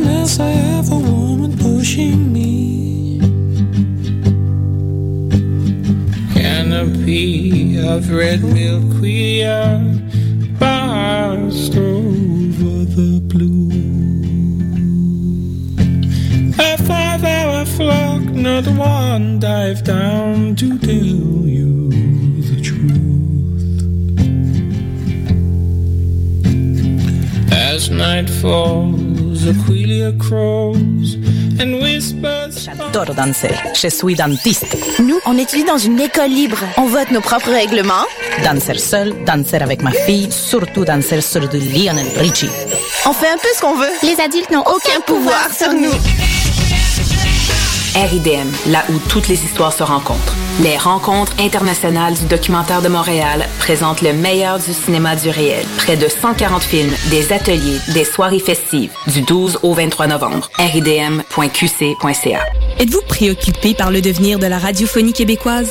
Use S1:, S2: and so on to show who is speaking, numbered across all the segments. S1: guess I have a woman pushing me. Canopy of red milquia passed over the blue. A five hour flock, not one dive down to tell you the truth. As night falls, Aquilia crows and whispers.
S2: J'adore danser. Je suis dentiste.
S3: Nous, on étudie dans une école libre. On vote nos propres règlements.
S2: Danser seul, danser avec ma fille, surtout danser sur du Lionel Richie.
S3: On fait un peu ce qu'on veut.
S4: Les adultes n'ont aucun, pouvoir, sur nous.
S5: RIDM, là où toutes les histoires se rencontrent. Les rencontres internationales du documentaire de Montréal présentent le meilleur du cinéma du réel. Près de 140 films, des ateliers, des soirées festives, du 12 au 23 novembre. ridm.qc.ca.
S6: Êtes-vous préoccupé par le devenir de la radiophonie québécoise?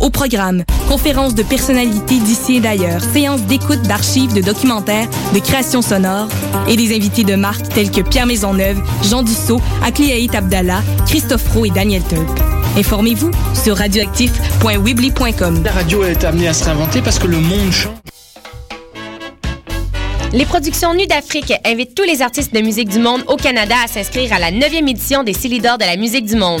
S6: Au programme, conférences de personnalités d'ici et d'ailleurs, séances d'écoute, d'archives, de documentaires, de créations sonores et des invités de marque tels que Pierre Maisonneuve, Jean Dussault, Akliaït Abdallah, Christophe Roux et Daniel Tulpe. Informez-vous sur radioactif.wibly.com.
S7: La radio est amenée à se réinventer parce que le monde change.
S8: Les productions Nues d'Afrique invitent tous les artistes de musique du monde au Canada à s'inscrire à la 9e édition des Célidors de la musique du monde.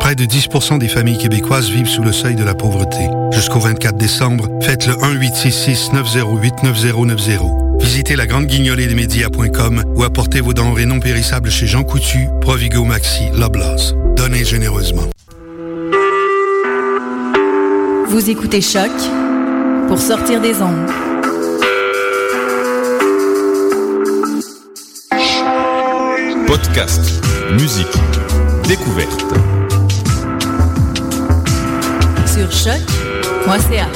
S9: Près de 10 des familles québécoises vivent sous le seuil de la pauvreté. Jusqu'au 24 décembre, faites le 1-866-908-9090. Visitez la grande guignolée des médias.com ou apportez vos denrées non périssables chez Jean Coutu, Provigo Maxi, Loblaws. Donnez généreusement.
S10: Vous écoutez Choc pour sortir des ondes.
S11: Podcast, musique, découverte.
S10: Sur choc.ca.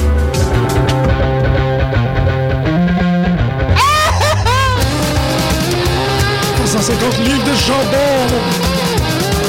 S12: livres de Chambord.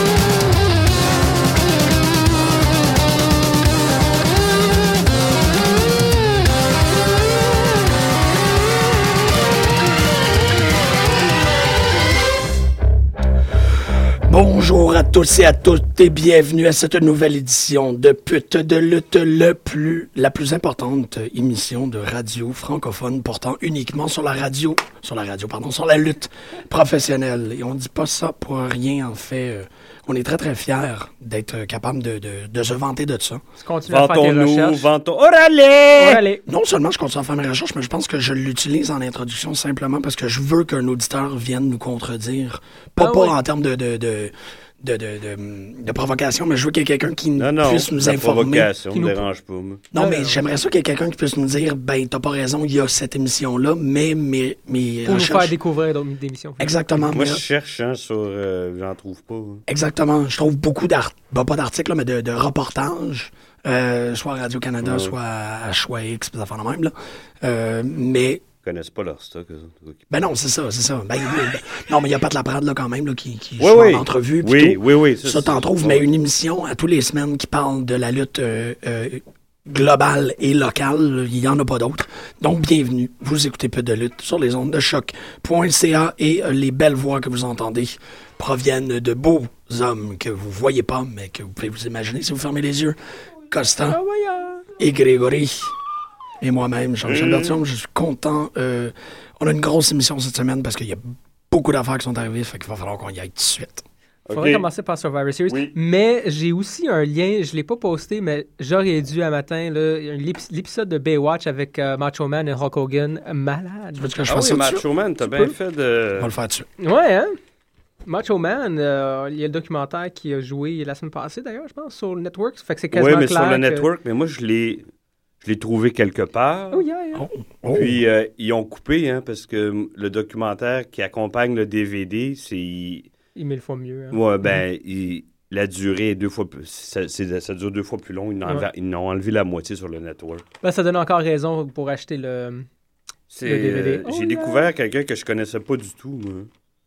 S12: Bonjour à tous et à toutes et bienvenue à cette nouvelle édition de Pute de lutte, le plus, la plus importante émission de radio francophone portant uniquement sur la radio, sur la radio, pardon, sur la lutte professionnelle. Et on dit pas ça pour rien, en fait. Euh, On est très, très fiers d'être capable de, de- de se vanter de ça.
S13: Continue à faire tes recherches.
S12: vantons.
S13: Orale!
S12: Non seulement je continue à faire mes recherches, mais je pense que je l'utilise en introduction simplement parce que je veux qu'un auditeur vienne nous contredire. Pas,
S13: Ah
S12: pas
S13: ouais.
S12: en termes de. de, de de, de, de- de provocation, mais je veux qu'il y ait quelqu'un qui
S14: Non,
S12: puisse nous
S14: la
S12: informer.
S14: provocation
S12: Qui
S14: me
S12: nous-
S14: dérange pas. moi.
S12: Non, mais j'aimerais ça qu'il y ait quelqu'un qui puisse nous dire ben, t'as pas raison, il y a cette émission-là, mais mes, mes
S13: Pour nous
S12: recherches-
S13: faire découvrir d'autres émissions.
S12: Exactement.
S14: Moi,
S12: mais-
S14: je cherche hein, sur... euh, J'en trouve pas. hein.
S12: Exactement. Je trouve beaucoup d'articles, pas d'articles, là, mais de, de reportages, euh, soit à Radio-Canada,
S14: Ouais.
S12: soit à Choix X, des affaires de même. Là. Euh, mais,
S14: Ils connaissent pas leur stock, eux autres.
S12: ben non, c'est ça, c'est ça. Ben, ben, non, mais il y a Pat Laprade, là, quand même, là, qui, qui
S14: Oui,
S12: joue
S14: oui.
S12: en entrevue. puis
S14: Oui,
S12: tout.
S14: oui, oui,
S12: Ça,
S14: ça,
S12: t'en
S14: c'est-
S12: trouves,
S14: oui.
S12: mais une émission à tous les semaines qui parle de la lutte euh, euh, globale et locale. Il n'y en a pas d'autres. Donc, bienvenue. Vous écoutez Peu de lutte sur les ondes de choc.ca et euh, les belles voix que vous entendez proviennent de beaux hommes que vous voyez pas, mais que vous pouvez vous imaginer si vous fermez les yeux. Constant et Grégory. Et moi-même, Jean-Michel
S14: Mmh.
S15: Euh.
S12: Bertillon, je suis content. Euh, on a une grosse émission cette semaine parce qu'il y a beaucoup d'affaires qui sont arrivées, fait qu'il va falloir qu'on y aille tout de suite.
S16: Faudrait commencer par Survivor Series. Mais j'ai aussi un lien, je l'ai pas posté, mais j'aurais dû à matin, là, l'épi- l'épisode de Baywatch avec euh, Macho Man et Hulk Hogan, malade.
S12: Tu veux que
S6: Ah oui, Macho Man, t'as
S16: Tu
S6: bien
S16: peux?
S6: fait de...
S12: On va le faire dessus.
S16: Ouais, hein? Macho Man, euh, il y a le documentaire qui a joué la semaine passée, d'ailleurs, je pense, sur le Network. Fait que c'est
S6: Oui,
S16: quasiment
S6: mais
S16: clair
S6: sur le
S16: que-
S6: network, mais moi, je l'ai, je l'ai trouvé quelque part.
S16: Oh, yeah, yeah.
S6: Puis,
S12: Ah,
S6: euh, ils ont coupé, hein, parce que le documentaire qui accompagne le DVD, c'est...
S16: Il met le fois mieux. hein.
S6: Ouais, ben, il- la durée est deux fois plus... Ça, c'est- ça dure deux fois plus long. Ils n'ont
S16: Ouais.
S6: enlevé- ils n'ont enlevé la moitié sur le network.
S16: Ben, ça donne encore raison pour acheter le,
S6: C'est,
S16: le DVD.
S6: euh,
S16: Oh
S6: j'ai
S16: là.
S6: découvert quelqu'un que je connaissais pas du tout, moi.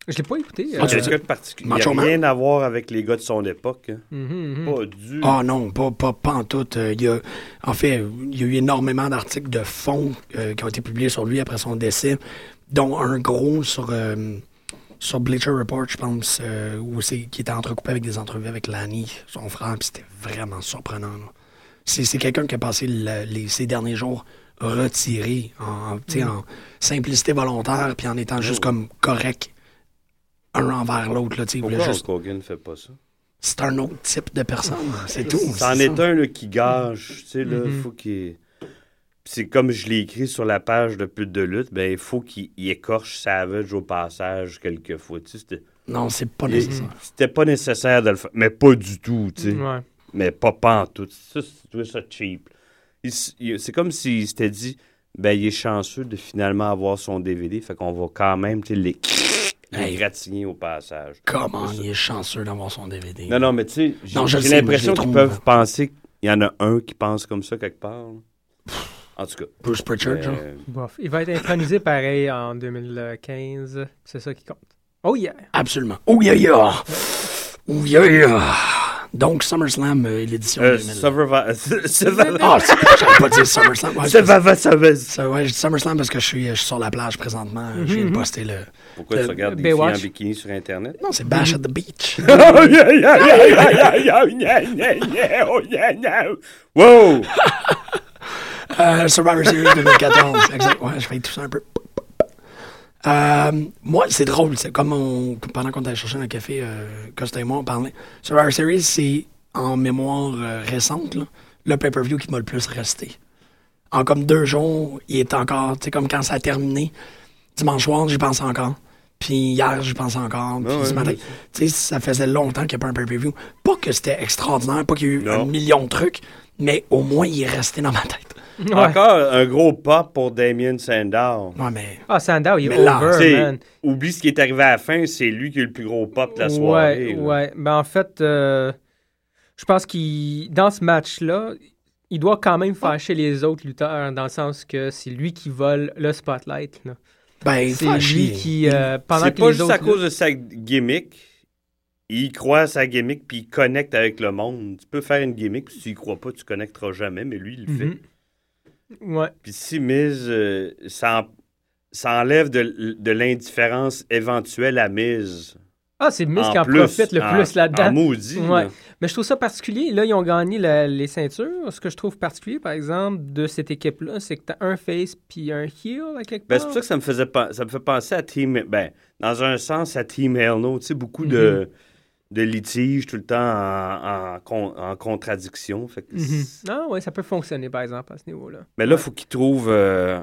S16: Je l'ai pas écouté.
S6: C'est
S16: euh,
S6: quelqu'un de particulier. Il
S12: Macho
S6: n'a
S12: Man.
S6: rien à voir avec les gars de son époque. hein.
S16: Mhm, mhm.
S6: Pas du
S12: Ah non, pas, pas, pas en tout. Euh, il y a, en fait, il y a eu énormément d'articles de fond euh, qui ont été publiés sur lui après son décès, dont un gros sur, euh, sur Bleacher Report, je pense, euh, où c'est, qui était entrecoupé avec des entrevues avec Lanny, son frère, puis c'était vraiment surprenant. là. C'est, c'est quelqu'un qui a passé le- les, ces derniers jours retiré en, tu sais,
S16: Mm.
S12: en simplicité volontaire, puis en étant
S6: Oh.
S12: juste comme correct un envers l'autre. Là, tu sais, il voulait
S6: Pourquoi
S12: juste-
S6: Hulk Hogan ne fait pas ça?
S12: c'est un autre type de personne, c'est tout.
S6: C'en
S12: c'est
S6: est, un là, qui gage. Tu sais, là,
S16: Mm-hmm.
S12: Mhm.
S6: faut qu'il. Puis C'est comme je l'ai écrit sur la page de pute de lutte, ben il faut qu'il il écorche Savage au passage quelquefois. Tu sais, c'était-
S12: Non, c'est pas
S6: Il-
S12: nécessaire.
S6: C'était pas nécessaire de le faire, mais pas du tout, tu sais.
S16: Ouais.
S6: Mais pas pantoute. Ça, c'est- tu trouvais ça cheap. Il s- il- C'est comme s'il s'était dit, ben il est chanceux de finalement avoir son DVD, fait qu'on va quand même, tu sais, les les gratigner au passage.
S12: Comment il est chanceux d'avoir son DVD.
S6: Non, non, mais tu sais,
S12: Non, je
S6: j'ai-
S12: le
S6: j'ai
S12: sais,
S6: l'impression
S12: je le
S6: qu'ils
S12: trouve.
S6: peuvent penser qu'il y en a un qui pense comme ça quelque part. là. En tout cas.
S12: Bruce Pritchard,
S6: Euh,
S12: genre.
S16: Bof. Il va être intronisé pareil en 2015. C'est ça qui compte. Oh yeah!
S12: Absolument. Oh yeah, yeah! Oh yeah, yeah! Donc, SummerSlam, euh, l'édition
S6: euh,
S12: 2000.
S6: Survivor- Survivor-
S12: Ah, c'est- j'allais pas dire SummerSlam. Ouais,
S6: Ça
S12: je-
S6: va, va, ça va.
S12: Ça, ouais, je dis SummerSlam parce que je suis, euh, je suis sur la plage présentement. euh, Je viens de poster le.
S6: Pourquoi
S12: le-
S6: tu regardes des
S12: Baywatch.
S6: filles en bikini sur Internet?
S12: Non, c'est Bash at the Beach.
S6: Oh, yeah, yeah, yeah, yeah, yeah, yeah, yeah, yeah, oh, yeah, yeah. Wow!
S12: Euh, Survivor Series 2014. exact. Ouais, je fais tout ça un peu. Euh, moi, c'est drôle. C'est comme on, pendant qu'on allait chercher un café, euh, Costa et moi, on parlait. Survivor Series, c'est en mémoire euh, récente, là, le pay-per-view qui m'a le plus resté. En comme deux jours, il est encore, tu sais, comme quand ça a terminé. Dimanche soir, j'y pense encore. Puis hier, j'y pense encore. Puis
S6: Ah ouais,
S12: ce matin,
S6: ouais.
S12: tu sais, ça faisait longtemps qu'il n'y a pas un pay-per-view. Pas que c'était extraordinaire, pas qu'il y a eu un million de trucs, mais au moins, il est resté dans ma tête.
S6: Encore un gros pop pour Damien Sandow.
S12: Ouais, mais.
S16: Ah, Sandow, il est
S6: là,
S16: over,
S6: tu sais,
S16: man.
S6: Oublie ce qui est arrivé à la fin, c'est lui qui a eu le plus gros pop de la soirée.
S16: Ouais,
S6: là.
S16: ouais. Ben, en fait, euh, je pense qu'il, dans ce match-là, il doit quand même fâcher les autres lutteurs, dans le sens que c'est lui qui vole le spotlight. là.
S12: Ben,
S16: c'est
S12: fâche,
S16: lui
S12: il-
S16: qui, euh, pendant
S6: C'est
S16: que
S6: pas
S16: les
S6: juste
S16: autres
S6: à cause de sa gimmick. Il croit à sa gimmick puis il connecte avec le monde. Tu peux faire une gimmick puis si tu y crois pas, tu connecteras jamais, mais lui, il le
S16: Mhm.
S6: fait.
S16: Mm-hmm. Ouais.
S6: Puis si Miz, euh, ça, en- ça enlève de, l- de l'indifférence éventuelle à Miz.
S16: Ah, c'est Miz
S6: En
S16: qui en
S6: plus,
S16: profite le
S6: en-
S16: plus là-dedans.
S6: en maudit,
S16: Ouais.
S6: là.
S16: Mais je trouve ça particulier. Là, ils ont gagné la- les ceintures. Ce que je trouve particulier, par exemple, de cette équipe-là, c'est que t'as un face puis un heel à
S6: Ben,
S16: quelque part.
S6: c'est pour ça que ça me faisait pen- ça me fait penser à Team ben dans un sens à Team Hell No, tu sais beaucoup de
S16: Mm-hmm.
S6: de litiges tout le temps en, en con- en contradiction. Fait que
S16: Mhm. Ah ouais, ça peut fonctionner, par exemple, à ce niveau-là.
S6: Mais là, il faut qu'ils trouvent. euh,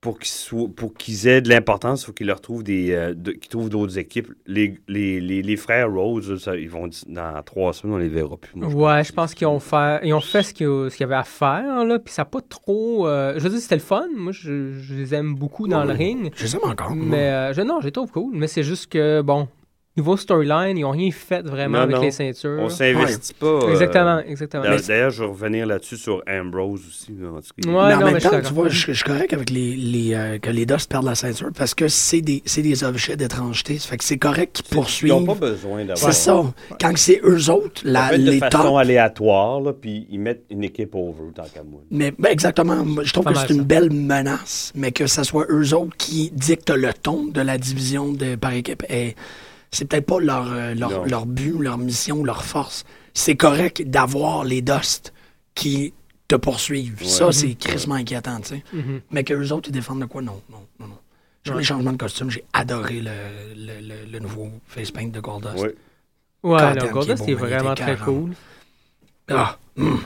S6: pour qu'ils soient- pour qu'ils aient de l'importance, il faut qu'ils leur trouvent des. euh, de- qu'ils trouvent d'autres équipes. Les, les, les, les frères Rose, là, ça, ils vont dis- dans trois semaines, on les verra plus. moi, je
S16: ouais, je pense qu'ils ont fait, ils ont fait ce qu'ils- ce qu'il y avait à faire là, puis ça n'a pas trop. euh, je veux dire, c'était le fun. Moi, je, je les aime beaucoup dans
S12: Ouais,
S16: le ring.
S12: je les aime encore, moi.
S16: Mais euh, je, non, je les trouve cool. Mais c'est juste que bon, niveau storyline, ils n'ont rien fait vraiment
S6: Non,
S16: avec
S6: non.
S16: les ceintures.
S6: On s'investit pas. euh,
S16: Exactement, exactement.
S6: d'a-
S16: Mais-
S6: D'ailleurs, je vais revenir là-dessus sur Ambrose aussi. là, en tout cas.
S16: Ouais,
S12: mais en
S16: non,
S12: même
S16: mais je suis
S12: temps,
S16: d'accord.
S12: tu vois, je, je suis correct avec les, les, euh, que les Dust perdent la ceinture parce que c'est des, c'est des objets d'étrangeté. Ça fait que c'est correct qu'ils
S6: Ils
S12: poursuivent.
S6: n'ont pas besoin d'avoir.
S12: C'est ça. Quand c'est eux autres, la,
S6: En fait, de
S12: les
S6: façon
S12: top.
S6: aléatoire, là, puis ils mettent une équipe over, tant qu'à moi.
S12: Mais ben, exactement, moi, je trouve
S6: Pas
S12: que
S6: mal,
S12: c'est une
S6: ça.
S12: belle menace, mais que ce soit eux autres qui dictent le ton de la division de, par équipe, et c'est peut-être pas leur, euh,
S6: Non.
S12: leur, leur but, leur mission, leur force. C'est correct d'avoir les Dust qui te poursuivent.
S6: Ouais.
S12: Ça, c'est
S6: Mhm.
S12: crissement inquiétant, tu sais.
S6: Mhm.
S12: Mais qu'eux autres, ils défendent de quoi? Non, non, non, non.
S16: Sur les changements de costume, j'ai adoré le, le, le, le nouveau face paint de Goldust.
S6: Oui.
S1: Ouais, le Goldust est vraiment très cool.
S16: Ah, mm,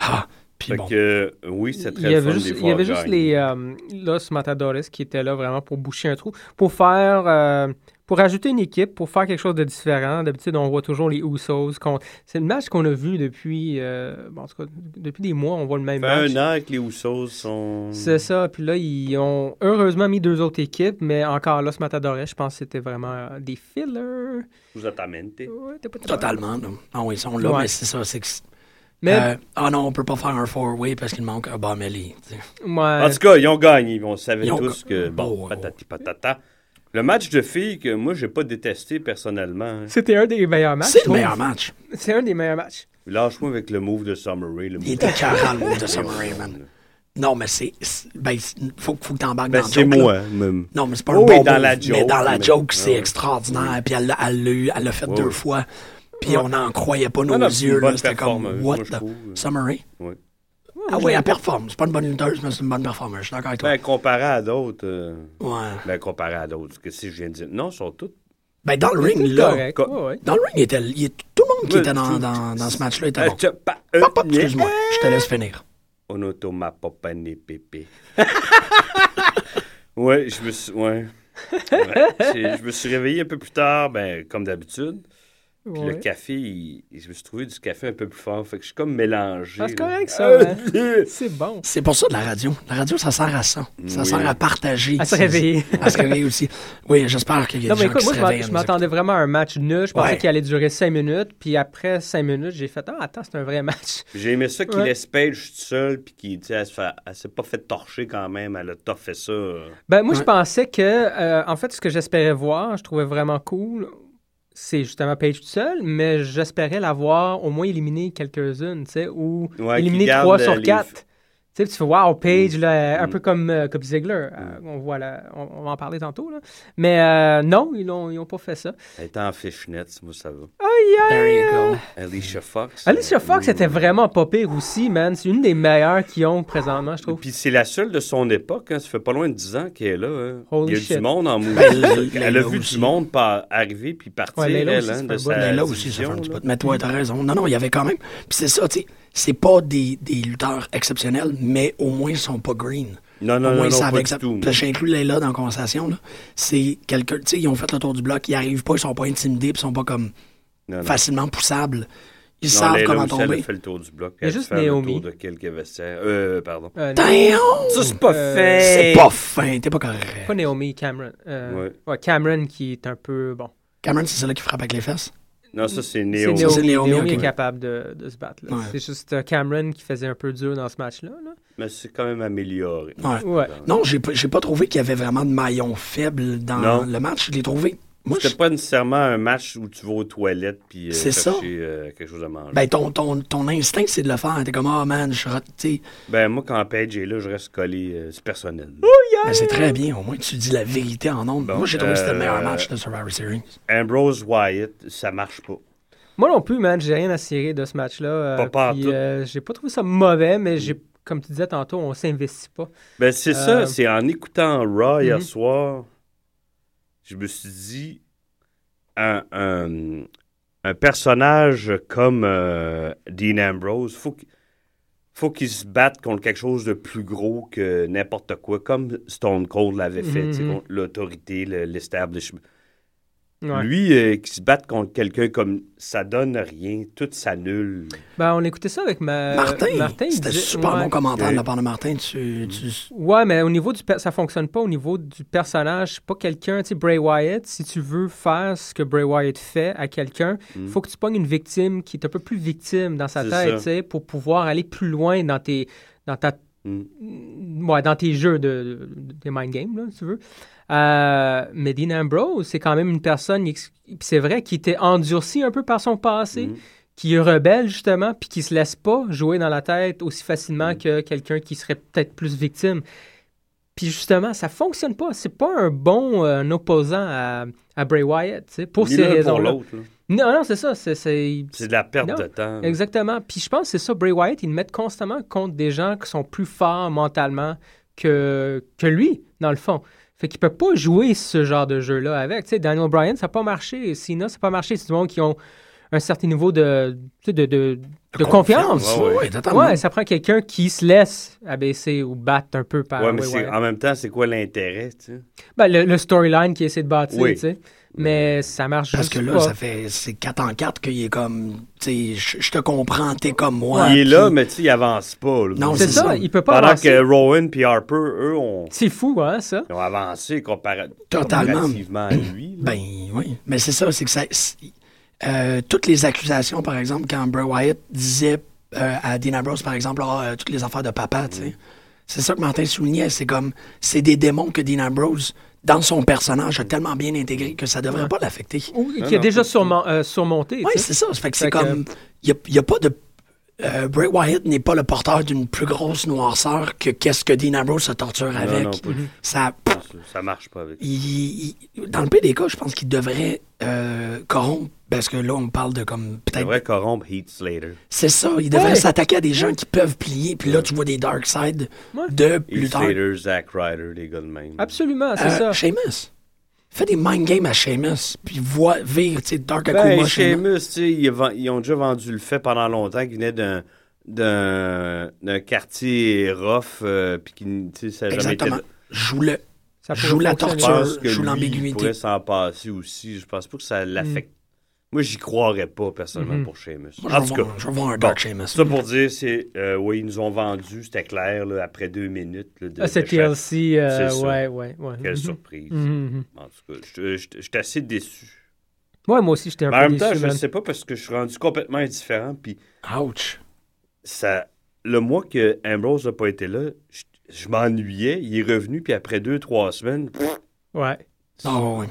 S16: ah. Puis
S6: Fait
S16: bon.
S6: que, euh, oui, c'est très
S1: Il y avait
S6: fun,
S1: juste,
S6: des
S1: il y
S6: fois,
S1: avait
S6: je
S1: juste
S6: gagne.
S1: les euh, Los Matadores qui étaient là vraiment pour boucher un trou, pour faire, euh, pour ajouter une équipe, pour faire quelque chose de différent. D'habitude, on voit toujours les Usos. contre- C'est le match qu'on a vu depuis, euh, bon, en tout cas, depuis des mois, on voit le même
S6: Ça fait
S1: match.
S6: un an que les Usos sont.
S1: C'est ça. Puis là, ils ont heureusement mis deux autres équipes, mais encore Los Matadores, je pense que c'était vraiment euh, des fillers.
S6: Exactamente.
S16: Totalement. là. Ah oui, ils sont là,
S1: Ouais.
S16: mais c'est ça. C'est que. c'est-
S1: Mais-
S16: Euh, ah non, on peut pas faire un four-way parce qu'il manque un Bamelli.
S6: En tout cas, ils ont gagné. On savait
S16: Ils ont
S6: tous que, bon, patati patata. Le match de filles que moi, j'ai pas détesté personnellement. hein.
S1: C'était un des meilleurs matchs.
S6: C'est le
S1: je trouve.
S6: meilleur match.
S1: C'est un des meilleurs matchs.
S6: Lâche-moi avec le move de Summer Rae.
S16: Il était carré, le move de Summer Rae, man. Non, mais c'est. c'est- Ben, c'est- faut, faut que t'embarques
S6: Ben,
S16: dans le
S6: c'est
S16: joke,
S6: moi,
S16: là.
S6: même.
S16: Non, mais c'est pas un
S6: Oui,
S16: bon
S6: dans
S16: move,
S6: la
S16: Mais
S6: joke,
S16: dans la
S6: mais-
S16: joke, c'est
S6: Ah oui.
S16: extraordinaire. Puis elle l'a elle l'a eu- elle l'a fait
S6: Ouais,
S16: deux
S6: ouais.
S16: fois. Puis on n'en croyait pas nos
S6: Non, non, c'est une
S16: yeux. là.
S6: bonne
S16: C'était comme.
S6: performance,
S16: What
S6: moi, je
S16: the.
S6: trouve.
S16: Summer Rae?
S6: Oui.
S16: Ah
S6: je
S16: oui,
S6: l'aime
S16: elle
S6: pas.
S16: performe. C'est pas une bonne lutteuse, mais c'est une bonne performance. Je suis d'accord avec toi.
S6: Ben, comparé à d'autres. euh,
S16: Ouais.
S6: Ben, comparé à d'autres. ce que si je viens de dire. Non, ils sont tous.
S16: Ben, dans le ring,
S6: Tout
S16: là.
S6: correct, ouais, ouais.
S16: Dans le ring, il était, il est- tout le monde qui
S6: Ouais,
S16: était dans,
S6: tout-
S16: dans, dans ce match-là était
S6: Euh,
S16: bon.
S6: tu- pas-
S16: Pop, pop, excuse-moi, je te laisse finir.
S6: Onotoma Popane Pépé. ouais, je me suis. Ouais. Ouais. C'est- Je me suis réveillé un peu plus tard, ben, comme d'habitude. Puis le
S1: Ouais.
S6: café, il- il- je me suis trouvé du café un peu plus fort. Fait que je suis comme mélangé.
S1: Ah, c'est
S6: là.
S1: correct, ça.
S6: Euh,
S1: hein. C'est bon.
S16: C'est pour ça de la radio. La radio, ça sert à ça. Ça
S6: Oui.
S16: sert à partager.
S1: À se réveiller.
S16: À se réveiller aussi. Oui, j'espère qu'il y a
S1: Non,
S16: des
S1: mais
S16: gens
S1: écoute,
S16: qui
S1: moi,
S16: se
S1: je m'en-
S16: réveillent.
S1: je m'attendais vraiment à un match nul. Je pensais
S16: Ouais.
S1: qu'il allait durer cinq minutes. Puis après cinq minutes, j'ai fait Ah, attends, c'est un vrai match.
S6: J'ai aimé ça qu'il
S1: Ouais.
S6: laisse Paige toute seule, puis qu'il, tu sais, elle se fait- elle s'est pas fait torcher quand même. Elle a top fait ça.
S1: Ben, moi, je pensais que, euh, en fait, ce que j'espérais voir, je trouvais vraiment cool, c'est justement Paige tout seul, mais j'espérais l'avoir au moins éliminé quelques-unes, tu sais, ou
S6: Ouais,
S1: éliminer
S6: qui garde,
S1: 3
S6: euh,
S1: sur
S6: les-
S1: 4. Tu sais, tu fais, wow, Paige, là, un peu comme, euh, comme Ziegler. Euh, on, voit la- on, on va en parler tantôt, là. Mais euh, non, ils n'ont ils ont pas fait ça.
S6: Elle était en fishnet, moi, ça va.
S1: Aïe, aïe!
S6: Alicia Fox.
S1: Alicia Fox était vraiment pas pire aussi, man. C'est une des meilleures qu'ils ont présentement, je trouve.
S6: Puis c'est la seule de son époque, hein, ça fait pas loin de 10 ans qu'elle est là. hein.
S1: Holy
S6: Il y a
S1: shit.
S6: du monde en mouvement.
S16: Ben,
S6: elle a
S16: Layla
S6: vu
S16: aussi.
S6: du monde par arriver puis partir,
S16: Ouais, Layla
S6: elle,
S16: aussi,
S6: hein,
S16: ça
S6: de
S16: fait
S6: sa
S16: un bout. Layla aussi, ça fait
S6: division,
S16: un petit
S6: là. Mm.
S16: peu. Mais toi, t'as raison. Non, non, il y avait quand même. Puis c'est ça, tu sais. C'est pas des, des lutteurs exceptionnels, mais au moins ils sont pas green.
S6: Non, non, non,
S16: au moins,
S6: non,
S16: ils savent
S6: pas du
S16: exact-
S6: tout.
S16: Parce que J'inclus Layla dans la conversation. là. C'est quelqu'un, tu sais, ils ont fait le tour du bloc, ils arrivent pas, ils sont pas intimidés, puis ils sont pas comme
S6: Non, non.
S16: facilement poussables. Ils
S6: Non,
S16: savent
S6: Layla
S16: comment
S6: aussi, elle
S16: tomber.
S6: a fait le tour du bloc.
S1: Il y a
S6: Elle a
S1: juste
S6: fait le
S1: Naomi.
S6: tour de quelques vestiaires. Euh, pardon.
S1: Euh,
S16: Damn!
S6: Ça, c'est pas
S1: Euh,
S6: fait.
S16: C'est pas fin, t'es pas correct.
S1: Pas Naomi, Cameron. Euh,
S6: Ouais.
S1: ouais, Cameron qui est un peu, bon...
S16: Cameron, c'est celle-là qui frappe avec les fesses.
S6: Non, ça, c'est
S1: C'est
S6: Naomi.
S1: Naomi,
S16: c'est Naomi,
S1: Naomi
S16: ok.
S1: est capable de, de se battre. là.
S16: Ouais.
S1: C'est juste euh, Cameron qui faisait un peu dur dans ce match-là. là.
S6: Mais c'est quand même amélioré.
S16: Ouais.
S1: Ouais.
S16: Non, j'ai pas, j'ai pas trouvé qu'il y avait vraiment de maillon faible dans
S6: Non.
S16: le match. Je l'ai trouvé. Moi, je-
S6: C'était pas nécessairement un match où tu vas aux toilettes puis euh,
S16: C'est ça.
S6: chercher euh, quelque chose à manger.
S16: ben, ton, ton, ton instinct, c'est de le faire. T'es comme, ah man, je suis rat- tu sais.
S6: Ben, moi, quand Paige est là, je reste collé. euh, c'est personnel.
S16: Ben, c'est très bien. Au moins, tu dis la vérité en nombre.
S6: Bon,
S16: Moi, j'ai trouvé que c'était le meilleur
S6: euh,
S16: match de Survivor Series.
S6: Ambrose Wyatt, ça marche pas.
S1: Moi non plus, man, j'ai rien à cirer de ce match-là. euh,
S6: Pas pas en
S1: puis,
S6: tout.
S1: euh, j'ai pas trouvé ça mauvais, mais j'ai, comme tu disais tantôt, on s'investit pas.
S6: Ben, c'est
S1: Euh,
S6: ça, c'est en écoutant Raw hier
S1: Mhm.
S6: soir, je me suis dit, un, un- un personnage comme euh, Dean Ambrose, faut qu'il faut qu'il se batte contre quelque chose de plus gros que n'importe quoi, comme Stone Cold l'avait fait, tu sais,
S1: Mhm.
S6: contre l'autorité, le- l'establishment.
S1: Ouais.
S6: Lui, euh, qui se batte contre quelqu'un comme ça donne rien, tout s'annule.
S1: Ben, on écoutait ça avec ma...
S16: Martin,
S1: il
S16: c'était
S1: disait-
S16: super
S1: ouais.
S16: bon commentaire
S6: Ouais.
S16: de la part de Martin. Tu, tu-
S1: Ouais, mais au niveau du per- ça fonctionne pas au niveau du personnage. C'est Pas quelqu'un, tu sais, Bray Wyatt. Si tu veux faire ce que Bray Wyatt fait à quelqu'un,
S6: Mm.
S1: faut que tu pognes une victime qui est un peu plus victime dans sa
S6: C'est
S1: tête,
S6: ça.
S1: tu sais, pour pouvoir aller plus loin dans tes, dans ta,
S6: Mm.
S1: ouais, dans tes jeux de, de- des mind games, là, si tu veux. Euh, mais Dean Ambrose, c'est quand même une personne, ex- puis c'est vrai, qui était endurcie un peu par son passé,
S6: Mm.
S1: qui est rebelle justement, puis qui se laisse pas jouer dans la tête aussi facilement que quelqu'un qui serait peut-être plus victime. Puis justement, ça fonctionne pas. C'est pas un bon euh, un opposant à, à Bray Wyatt, tu sais, pour
S6: Ni
S1: ces
S6: l'un pour
S1: raisons-là.
S6: l'autre, là.
S1: Non, non, c'est ça. C'est, c'est...
S6: C'est de la perte
S1: Non,
S6: de temps.
S1: Exactement. Puis je pense que c'est ça, Bray Wyatt, ils le mettent constamment contre des gens qui sont plus forts mentalement que, que lui, dans le fond.
S16: Fait qu'il peut pas jouer ce genre de jeu-là avec. Tu sais, Daniel Bryan, ça n'a pas marché. Sina, ça n'a pas marché. C'est du monde qui ont un certain niveau de, tu sais, de, de, de
S12: confiance.
S16: confiance.
S12: Ouais, ouais, totalement.
S16: Ouais, ça prend quelqu'un qui se laisse abaisser ou battre un peu par.
S6: Ouais, mais
S16: Bray
S6: c'est-
S16: Wyatt.
S6: en même temps, c'est quoi l'intérêt, tu sais?
S16: Ben, le, le storyline qu'il essaie de bâtir,
S6: Oui.
S16: tu sais. Mais ça marche
S12: Parce
S16: juste
S12: que là,
S16: pas.
S12: ça fait c'est 4 en 4 qu'il est comme, tu sais, je je te comprends, t'es comme moi.
S6: il est
S12: puis-
S6: là, Ah, mais tu sais, il avance pas. là.
S12: Non, C'est c'est ça, ça. il peut pas
S6: Pendant
S12: avancer.
S6: que Rowan puis Harper, eux, ont,
S16: C'est fou, hein, ça?
S6: ils ont avancé compara-
S12: Totalement.
S6: comparativement à lui. là.
S12: Ben oui, mais c'est ça, c'est que ça. c'est- euh, toutes les accusations, par exemple, quand Bray Wyatt disait euh, à Dean Ambrose, par exemple, Ah, euh, toutes les affaires de papa, tu sais. C'est ça que Martin soulignait, c'est comme, c'est des démons que Dean Ambrose, dans son personnage, a tellement bien intégré que ça devrait pas l'affecter.
S16: Ou qui a déjà surmon- euh, surmonté.
S12: Oui,
S16: tu sais.
S12: c'est ça. Ça fait que c'est
S16: Fait que-
S12: comme. Il n'y a, pas de. euh, Bray Wyatt n'est pas le porteur d'une plus grosse noirceur que qu'est-ce que Dean Ambrose se torture avec.
S6: non, pas du tout.
S12: ça,
S6: Ça- Ça marche pas avec.
S12: il- il- dans le pire des cas, je pense qu'il devrait euh, corrompre, parce que là, on parle de comme.
S6: Il devrait corrompre Heath Slater.
S12: C'est ça, il devrait
S6: Ouais.
S12: s'attaquer à des gens qui peuvent plier, puis là, tu vois des dark side de
S6: Heath
S12: lutteurs.
S6: Slater, Zack Ryder, les gars de même.
S16: Absolument, c'est
S12: Euh,
S16: ça.
S12: Sheamus. Fais des mind games à Sheamus, puis vois, vire, tu sais, Dark Akuma,
S6: Ben,
S12: Sheamus.
S6: Sheamus, tu sais, ils, ven- ils ont déjà vendu le fait pendant longtemps qu'ils venaient d'un d'un d'un quartier rough, euh, puis qui, tu sais, ça a jamais été...
S12: Exactement. Joue-le.
S16: Ça pourrait
S12: Joue la
S16: fonctionner.
S6: Je pense
S12: torture,
S6: que
S12: joue
S6: lui, il
S12: l'ambiguïté.
S6: pourrait s'en passer aussi. Je pense pas que ça
S16: Mm.
S6: l'affecte. Moi, j'y croirais pas, personnellement,
S16: Mm-hmm.
S12: Mhm.
S6: pour Sheamus.
S12: Moi, je
S6: en
S12: vais
S6: tout
S12: voir-
S6: cas,
S12: je vais voir un Dark Sheamus.
S6: Ça pour dire, c'est... euh, oui, ils nous ont vendu, c'était clair, là, après deux minutes. là, de,
S16: Ah, c'est
S6: de chaque-
S16: TLC, euh,
S6: C'est ça.
S16: ouais, ouais, ouais.
S6: Quelle
S16: Mhm.
S6: surprise.
S16: Mhm.
S6: En tout cas, je- je je suis assez déçu.
S16: Ouais, moi aussi, j'étais un
S6: Mais en
S16: peu
S6: même temps,
S16: déçu,
S6: je ne
S16: man.
S6: sais pas parce que je suis rendu complètement indifférent. Puis,
S12: ouch!
S6: Ça, le mois que Ambrose n'a pas été là, je, je m'ennuyais. Il est revenu, puis après deux, trois semaines. pff,
S16: Ouais.
S12: Oh,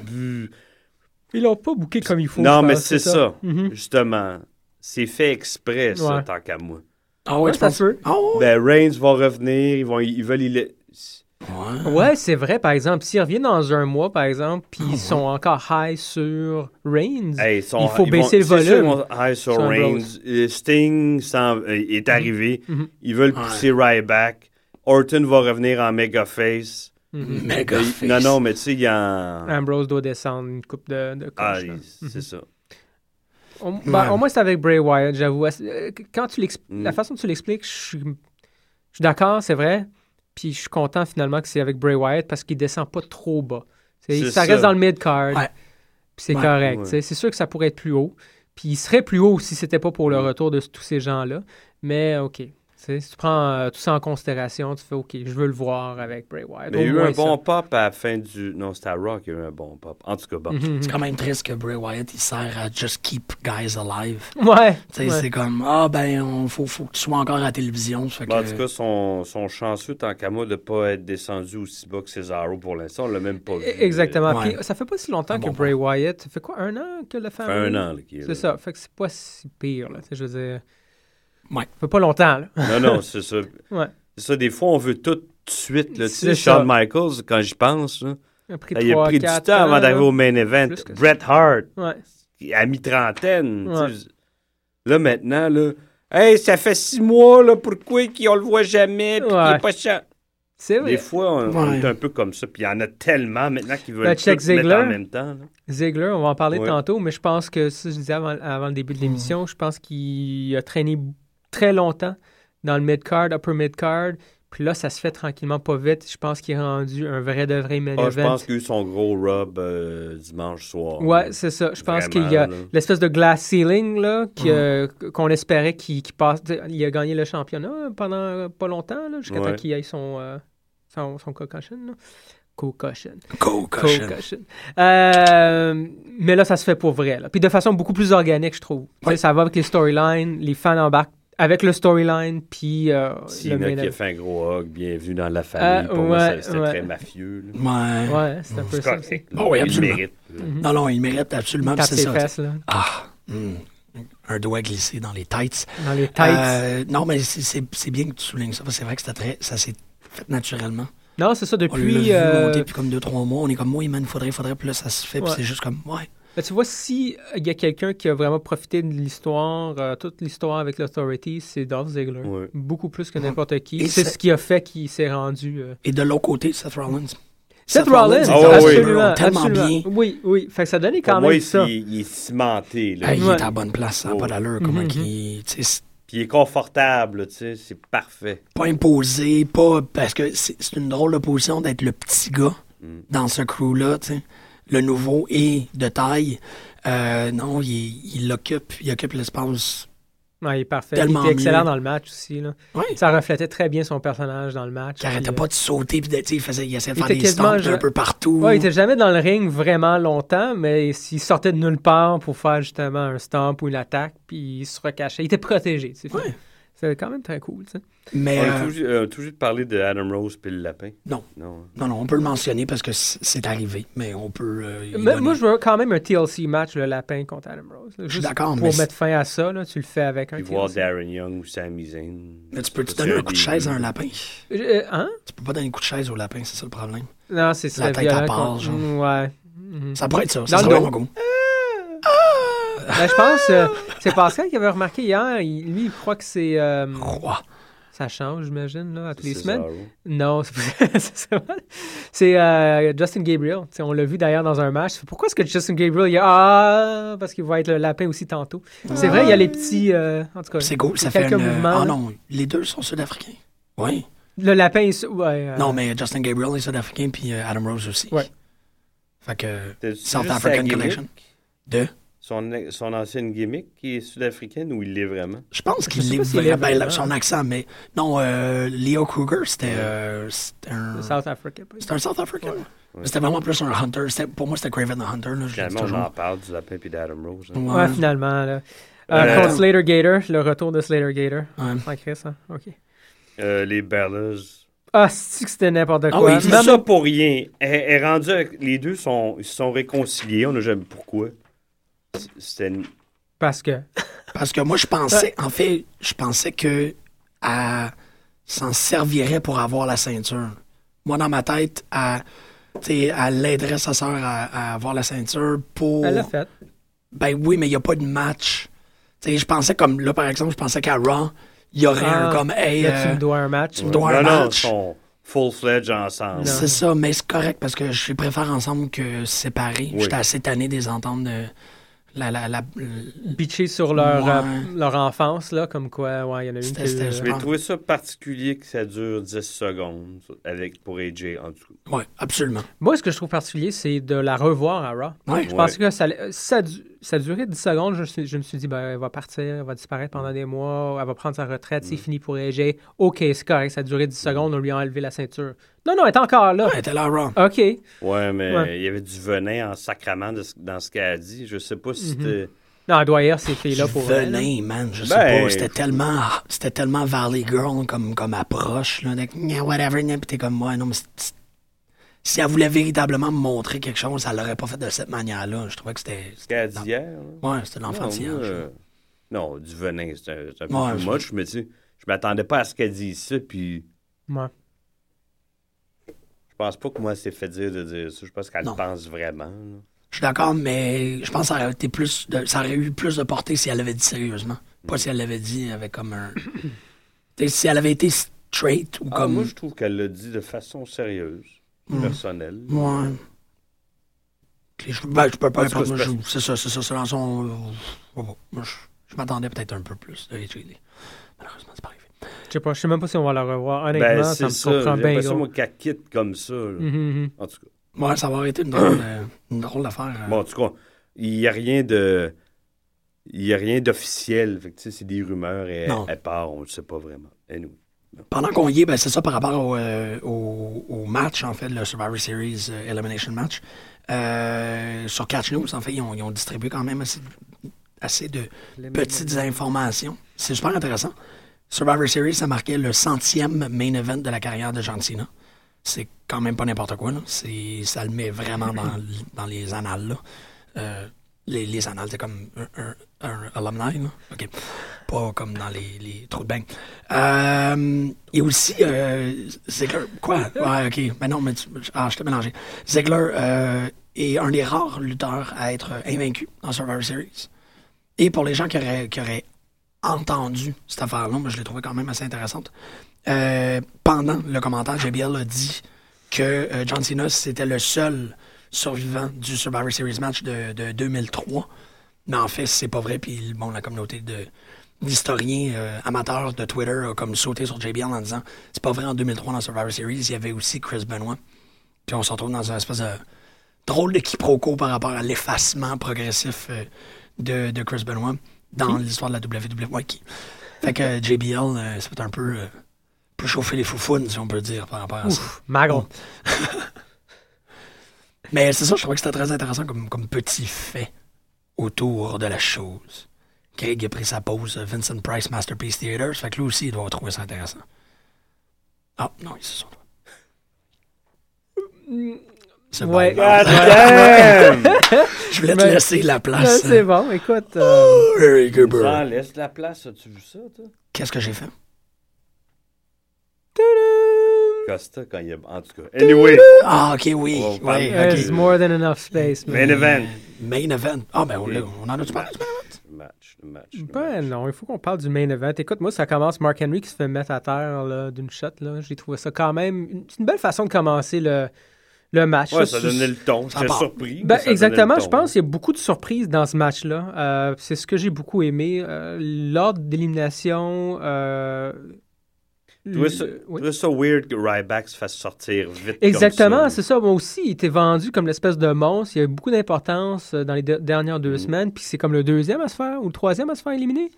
S16: Ils l'ont pas bouqué comme il faut.
S6: Hmm. non,
S16: je
S6: mais
S16: pense,
S6: c'est ça,
S16: Mhm.
S6: justement. C'est fait exprès, ça,
S16: Ouais.
S6: tant qu'à moi.
S12: Ah ouais,
S16: Ouais,
S12: tu
S16: ça
S12: penses-
S16: se peut.
S12: Ah ouais.
S6: Ben, Reigns va revenir. Ils, vont, ils veulent. Ils...
S16: Ouais, c'est vrai, par exemple. S'ils reviennent dans un mois, par exemple, puis
S12: Ah
S16: ils sont encore high sur Reigns,
S6: Hey, ils sont-
S16: il faut
S6: ils
S16: baisser
S6: vont-
S16: le
S6: c'est sûr, ils
S16: volume.
S6: vont- Hey, sur
S16: sur Ambrose.
S6: Reigns. Euh, Sting s'en- euh, est arrivé.
S16: Mhm.
S6: Ils veulent
S16: Ouais.
S6: pousser Ryback. Orton va revenir en méga face.
S16: Mhm.
S12: Méga
S6: Euh,
S12: face.
S6: Non, non, mais tu sais, il y en.
S16: Ambrose doit descendre une coupe de, de
S6: Ah,
S16: coche, là. Mhm.
S6: il- c'est ça.
S16: Au- ben,
S6: Ouais.
S16: Au moins, c'est avec Bray Wyatt, j'avoue. Euh, Quand tu l'exp-
S6: Mm.
S16: La façon dont tu l'expliques, je suis je suis d'accord, c'est vrai. Puis je suis content finalement que c'est avec Bray Wyatt parce qu'il descend pas trop bas. C'est-
S6: C'est ça.
S16: Ça reste dans le mid-card.
S12: Ouais.
S16: Puis c'est
S12: Ouais.
S16: correct.
S6: Ouais.
S16: tu sais. C'est sûr que ça pourrait être plus haut. Puis il serait plus haut si c'était pas pour le retour de s- tous ces gens-là. Mais OK. Tu sais, Si tu prends euh, tout ça en considération, tu fais OK, je veux le voir avec Bray Wyatt.
S6: Mais il y a
S16: Au
S6: eu
S16: moins
S6: un bon
S16: ça.
S6: pop à la fin du. Non, c'était à Rock, il y a eu un bon pop. En tout cas, bon.
S16: Mhm.
S12: C'est quand même triste que Bray Wyatt, il sert à just keep guys alive.
S16: Ouais.
S12: Tu sais,
S16: ouais.
S12: c'est comme, ah ben, on, faut, faut que tu sois encore à la télévision. ça fait
S6: Bon, en
S12: que-
S6: tout cas, son, son chanceux, tant qu'à moi, de ne pas être descendu aussi bas que Cesaro pour l'instant. On l'a même pas vu.
S16: E,
S6: euh,
S16: Exactement.
S6: Ouais.
S16: Puis ça fait pas si longtemps
S6: Ah, bon
S16: que Bray Wyatt. Ça fait quoi, un an que la femme.
S6: fait un an, là, qu'il est là.
S16: C'est ça. Fait que c'est pas si pire, là. Tu sais, Je veux dire.
S12: Ouais.
S16: Ça fait pas longtemps, là.
S6: Non, non, c'est ça.
S16: Ouais.
S6: C'est ça, des fois, on veut tout de suite. Là. Tu sais,
S16: C'est
S6: Shawn
S16: ça.
S6: Michaels, quand j'y pense, là,
S16: Il a pris
S6: là, il a
S16: trois,
S6: pris du
S16: quatre
S6: temps
S16: ans,
S6: avant d'arriver
S16: là.
S6: au main event.
S16: Plus que ça.
S6: Bret Hart,
S16: Ouais.
S6: à mi-trentaine.
S16: Ouais.
S6: tu sais. Là, maintenant, là, hey, ça fait six mois, là, pourquoi qu'on le voit jamais? Puis qu'il
S16: Ouais.
S6: est pas chiant.
S16: C'est vrai.
S6: Des fois, on, on
S16: Ouais.
S6: est un peu comme ça. Puis il y en a tellement maintenant qui veulent
S16: Ben,
S6: tout
S16: check
S6: mettre
S16: Ziggler.
S6: en même temps. là.
S16: Ziegler, on va en parler
S6: Ouais.
S16: tantôt, mais je pense que, ça, je disais avant, avant le début de l'émission, je pense qu'il a traîné b- très longtemps dans le mid-card, upper mid-card. Puis là, ça se fait tranquillement pas vite. Je pense qu'il est rendu un vrai de vrai main
S6: Ah, je
S16: event.
S6: pense qu'il a eu son gros rub euh, dimanche soir.
S16: Ouais, c'est ça. Euh, Je pense
S6: Vraiment,
S16: qu'il y a
S6: là.
S16: l'espèce de glass ceiling là, qui, euh, qu'on espérait qu'il, qu'il passe. T'sais, Il a gagné le championnat pendant euh, pas longtemps, là, jusqu'à
S6: Ouais.
S16: temps qu'il aille son, euh, son, son concussion. Là. Concussion.
S12: Concussion.
S16: Concussion. Euh, mais là, ça se fait pour vrai. là. Puis de façon beaucoup plus organique, je trouve. T'sais, Ça va avec les storylines, les fans embarquent avec le storyline, puis euh,
S6: S'il y
S16: le
S6: en a
S16: main
S6: qui a
S16: event. Euh,
S6: fait un gros hug, bienvenue dans la famille. Pour moi,
S16: ouais,
S6: ça, c'était
S16: ouais.
S6: très mafieux. là.
S12: Ouais.
S16: Ouais, c'est un peu ça.
S6: correct,
S16: aussi.
S6: là.
S12: Oh, oui,
S6: Il
S12: absolument.
S6: mérite, là.
S12: Non, non, il mérite absolument.
S16: Tape
S12: c'est
S16: ses
S12: ça.
S16: fesses, là.
S12: Ah, hmm. un doigt glissé dans les tights.
S16: Dans les tights.
S12: Euh, non, mais c'est- c'est c'est bien que tu soulignes ça, parce que c'est vrai que c'était très, ça s'est fait naturellement.
S16: Non, c'est ça, depuis,
S12: On l'a vu
S16: euh,
S12: monter depuis comme 2-3 mois, on est comme, oui, man, faudrait, faudrait, puis là, ça se fait, puis
S16: Ouais.
S12: c'est juste comme, ouais.
S16: Ben, tu vois, si euh, il y a quelqu'un qui a vraiment profité de l'histoire, euh, toute l'histoire avec l'Authority, c'est Dolph Ziggler.
S6: Ouais.
S16: Beaucoup plus que n'importe qui.
S12: Et
S16: C'est
S12: ça-
S16: ce qui a fait qu'il s'est rendu. euh,
S12: Et de l'autre côté, Seth Rollins.
S16: Seth, Rollins,
S6: Ah oui, oui.
S16: absolument,
S12: Tellement
S16: absolument.
S12: bien.
S16: Oui, oui. Fait que ça donnait quand
S6: Pour
S16: même
S6: moi, il,
S16: ça.
S6: il- il est cimenté. Là.
S12: Ah, il est à la bonne place, ça n'a pas d'allure. Comment
S16: Mm-hmm.
S6: Mhm.
S12: qu'il- tu sais, c'est
S6: Puis il est confortable, là, tu sais, c'est parfait.
S12: pas imposé, pas. Parce que c'est c'est une drôle de position d'être le petit gars
S6: Mm.
S12: dans ce crew-là, tu sais. Le nouveau et de taille. Euh, non, il, il occupe, il occupe l'espace.
S16: Ouais, il est parfait.
S12: Tellement
S16: il était excellent
S12: mieux.
S16: dans le match aussi. Là. Ça reflétait très bien son personnage dans le match.
S12: Il arrêtait
S16: Puis,
S12: pas de sauter, puis de- tu sais, il, faisait, il essayait de
S16: Il
S12: faire des
S16: était quasiment
S12: stunts un
S16: ja-
S12: peu partout.
S16: Ouais, il était jamais dans le ring vraiment longtemps, mais il sortait de nulle part pour faire justement un stomp ou une attaque, puis il se recachait. Il était protégé. C'est ça. C'est quand même très cool. ça.
S12: Mais,
S6: On
S12: euh,
S6: a tout, ju- euh, tout juste parlé de Adam Rose puis le lapin.
S12: Non.
S6: Non. hein.
S12: Non, non, on peut le mentionner parce que c- c'est arrivé, mais on peut. euh, y
S16: Mais
S12: donner-
S16: moi, je veux quand même un TLC match, le lapin contre Adam Rose. là,
S12: Je suis
S16: juste
S12: d'accord,
S16: Pour
S12: mais
S16: mettre fin à ça, là, tu le fais avec un
S6: Puis voir
S16: TLC.
S6: Darren Young ou Sami Zayn.
S12: Mais tu peux-tu
S6: Ça,
S12: donner
S6: c'est
S12: un coup de chaise à un lapin?
S16: Euh, hein?
S12: Tu peux pas donner un coup de chaise au lapin, c'est ça le problème.
S16: Non, c'est ça.
S12: La tête à
S16: violent
S12: part,
S16: contre-
S12: genre.
S16: Ouais. Mhm.
S12: Ça pourrait être ça.
S16: Dans
S12: Ça
S16: le
S12: serait
S16: dos.
S12: mon goût.
S16: Ben, je pense, euh, c'est Pascal qui avait remarqué hier, il- lui, il croit que c'est... euh, Ça change, j'imagine, là, à toutes les semaines.
S6: Cesaro.
S16: Non, c'est pas- c'est pas- c'est euh, Justin Gabriel. Tu sais, on l'a vu d'ailleurs dans un match. Pourquoi est-ce que Justin Gabriel, il a... Ah, parce qu'il va être le lapin aussi tantôt. C'est vrai, il y a les petits... euh, en tout cas,
S12: Ah. C'est cool, ça fait
S16: quelques
S12: une...
S16: mouvements.
S12: Ah
S16: là.
S12: non, les deux sont sud-africains. Oui.
S16: Le lapin, il... se- ouais, euh,
S12: Non, mais Justin Gabriel est sud-africain, puis euh, Adam Rose aussi.
S16: Ouais.
S12: Fait que
S6: T'as-tu
S12: South
S6: vu sa
S12: African
S6: gimmick?
S12: Collection. Deux.
S6: Son, son ancienne gimmick qui est sud-africaine ou il l'est vraiment?
S12: Je pense
S6: Je sais
S12: qu'il
S6: pas
S12: est,
S6: s'il est
S12: ben,
S6: vraiment.
S12: son accent, mais non, euh, Leo Kruger, c'était euh, c'était un.
S16: le South Africa.
S12: C'était un South African.
S6: Ouais.
S12: C'était vraiment plus un Hunter. C'était- Pour moi, c'était Craven the Hunter. Là, je le dis
S6: Finalement, on
S12: toujours.
S6: en parle du lapin puis d'Adam Rose. hein.
S16: Ouais, finalement. Là. Euh,
S6: Euh,
S16: contre Slater Gator, le retour de Slater Gator.
S12: Ouais.
S16: Ah, Chris, hein? OK.
S6: Euh, les Bellas.
S16: Ah, c'est que c'était n'importe
S6: Ah
S16: quoi.
S6: oui,
S16: Même-
S6: ça pour rien. Elle, elle est rendue avec- les deux sont, ils se sont réconciliés. On n'a jamais pourquoi. C- C'était une-
S16: Parce que.
S12: Parce que moi, je pensais, en fait, je pensais que elle s'en servirait pour avoir la ceinture. Moi, dans ma tête, elle, tu sais, elle aiderait sa sœur à, à avoir la ceinture pour.
S16: Elle l'a fait.
S12: Ben oui, mais il n'y a pas de match. Tu sais, je pensais comme, là, par exemple, je pensais qu'à Raw, il y aurait
S16: Ah,
S12: un comme, hey.
S16: là, tu
S12: euh,
S16: me dois un match.
S12: tu me dois
S6: non,
S12: un
S6: non, ils
S12: match.
S6: sont full-fledged ensemble.
S12: C'est ça, mais c'est correct parce que je les préfère ensemble que séparés.
S6: Oui.
S12: J'étais assez tanné des ententes de. La, la, la, l-
S16: Bitcher sur leur,
S12: Ouais.
S16: euh, leur enfance, là, comme quoi, ouais, il y en a une qui.
S12: C'était-
S16: a eu,
S12: c'était-
S16: euh,
S12: je
S6: J'ai trouvé ça particulier que ça dure 10 secondes avec, pour AJ en tout
S12: Ouais, absolument.
S16: Moi, ce que je trouve particulier, c'est de la revoir à Raw.
S12: Ouais.
S16: Je pense
S6: Ouais.
S16: que ça, allait- ça, du- ça durait 10 secondes. Je, me suis- je me suis dit, ben, elle va partir, elle va disparaître pendant des mois, elle va prendre sa retraite,
S6: Mm.
S16: c'est fini pour AJ. OK, c'est correct, ça a duré 10 secondes, on lui a enlevé la ceinture. Non, non, elle est encore là.
S12: Elle était là à Raw.
S16: OK.
S6: Ouais, mais
S16: Ouais.
S6: il y avait du venin en sacrament de ce- dans ce qu'elle a dit. Je sais pas si c'était.
S16: Mm-hmm. Non, elle doit y avoir ces filles-là pour. elle, hein. là.
S12: Venin, man, je sais
S6: Ben,
S12: pas. C'était tellement, c'était tellement Valley Girl comme, comme approche, là, de, Nya, whatever, nya, pis t'es comme moi, non, mais c'est- c'est- si elle voulait véritablement me montrer quelque chose, elle l'aurait pas fait de cette manière-là. Je trouvais que c'était.
S6: Ce qu'elle a dit hier. là.
S12: Ouais, c'était de l'enfantillage,
S6: Non, moi,
S12: là.
S6: euh, non, du venin, c'est un, c'est un
S12: Ouais,
S6: peu
S12: je-
S6: too much, mais tu sais, je m'attendais pas à ce qu'elle dise ça, puis
S16: Ouais.
S6: je pense pas que moi, c'est fait dire de dire ça. Je pense qu'elle le pense vraiment. là.
S12: Je suis d'accord, mais je pense que ça aurait, été plus de- ça aurait eu plus de portée si elle l'avait dit sérieusement.
S6: Mm.
S12: Pas si elle l'avait dit avec comme un. T'sais, si elle avait été straight ou
S6: Ah,
S12: comme.
S6: moi, je trouve qu'elle l'a dit de façon sérieuse,
S12: Mm.
S6: personnelle.
S12: Ouais. Je, ben, je peux pas
S6: En tout cas,
S12: répondre.
S6: c'est
S12: je- C'est ça, c'est ça. C'est dans son. euh, je sais pas. Moi, je, je m'attendais peut-être un peu plus de HJD.
S16: Je sais pas, je sais même pas si on va la revoir. Honnêtement,
S6: Ben,
S16: ça
S6: c'est
S16: me
S6: ça.
S16: surprend
S6: J'ai
S16: bien.
S6: l'impression
S16: gros.
S6: moi, qu'elle quitte comme ça. là.
S16: Mhm, mhm.
S6: En tout cas.
S12: Ouais, ça va avoir été une drôle, euh, une drôle d'affaire. euh.
S6: Bon, en tout cas, il n'y a rien de. Il n'y a rien d'officiel. Fait que, tu sais, c'est des rumeurs et
S12: Non.
S6: elle, elle part, on ne le sait pas vraiment. Et nous.
S12: Pendant qu'on y est, ben, c'est ça par rapport au, euh, au- au match, en fait, le Survivor Series euh, Elimination Match. Euh, sur Catch News, en fait, ils ont, ils ont distribué quand même assez, assez de petites informations. C'est super intéressant. Survivor Series, ça marquait le centième main event de la carrière de John Cena. C'est quand même pas n'importe quoi. Là. C'est- Ça le met vraiment dans, l- dans les annales. Là. Euh, les, les annales, c'est comme un, un- un alumni. Là. OK. Pas comme dans les, les trous de bain. Euh, et aussi, euh, Ziggler. Quoi? Ouais, OK. Mais non, mais tu- ah, je t'ai mélangé. Ziggler euh, est un des rares lutteurs à être invaincu dans Survivor Series. Et pour les gens qui auraient, qui auraient entendu cette affaire-là, moi, je l'ai trouvée quand même assez intéressante. Euh, pendant le commentaire, JBL a dit que euh, John Cena, c'était le seul survivant du Survivor Series match de, de 2003. Mais en fait, c'est pas vrai. Puis bon, la communauté de d'historiens euh, amateurs de Twitter a comme sauté sur JBL en disant c'est pas vrai en 2003 dans Survivor Series, il y avait aussi Chris Benoit. Puis on se retrouve dans une espèce de drôle de quiproquo par rapport à l'effacement progressif euh, de, de Chris Benoit dans
S16: Qui?
S12: l'histoire de la WWE. Ouais, qui? Fait que euh, JBL, euh, c'est un peu, euh, peu chauffer les foufounes, si on peut dire, par rapport à ça.
S16: Ouf, magro.
S12: Mais c'est ça, je trouvais que c'était très intéressant comme, comme petit fait autour de la chose. Craig a pris sa pause euh, Vincent Price Masterpiece Theater, fait que lui aussi, il doit trouver ça intéressant. Ah, non, ils se sont C'est bon.
S16: Mm. Ouais.
S12: Ah,
S16: Ouais.
S12: damn! Je voulais te
S16: Mais-
S12: laisser la place.
S16: Non, C'est bon, écoute. euh,
S12: Oh, Eric Huber.
S6: Ça laisse la place, as-tu vu ça, toi?
S12: Qu'est-ce que j'ai fait?
S6: Costa, quand il est. En tout cas. Anyway.
S12: Ah, ok, oui.
S6: On va
S12: oui,
S6: parler-
S12: ok.
S16: There's more than enough space. man.
S6: Main event.
S12: Main event. Ah, ben, on, l'a- on en a-tu parlé?
S6: Match, match.
S16: Ben non, il faut qu'on parle du main event. Écoute, moi, ça commence Mark Henry qui se fait mettre à terre là, d'une shot. Là. J'ai trouvé ça quand même. une- C'est une belle façon de commencer le, le match.
S6: Ouais,
S16: là.
S6: ça
S16: C'est-
S6: donnait le ton.
S16: ça
S6: J'étais
S16: part.
S6: surpris.
S16: Ben,
S6: mais ça donnait
S16: exactement,
S6: le
S16: je
S6: ton.
S16: pense qu'il y a beaucoup de surprises dans ce match-là. Euh, c'est ce que j'ai beaucoup aimé. Euh, l'ordre d'élimination. euh,
S6: Je trouvais ça, je trouvais ça weird que Ryback se fasse sortir vite. comme
S16: Exactement,
S6: ça.
S16: c'est ça. Moi aussi, il était vendu comme l'espèce de monstre. Il y a eu beaucoup d'importance euh, dans les de- dernières
S6: Mm.
S16: deux semaines. Puis c'est comme le deuxième à se faire ou le troisième à se faire éliminer.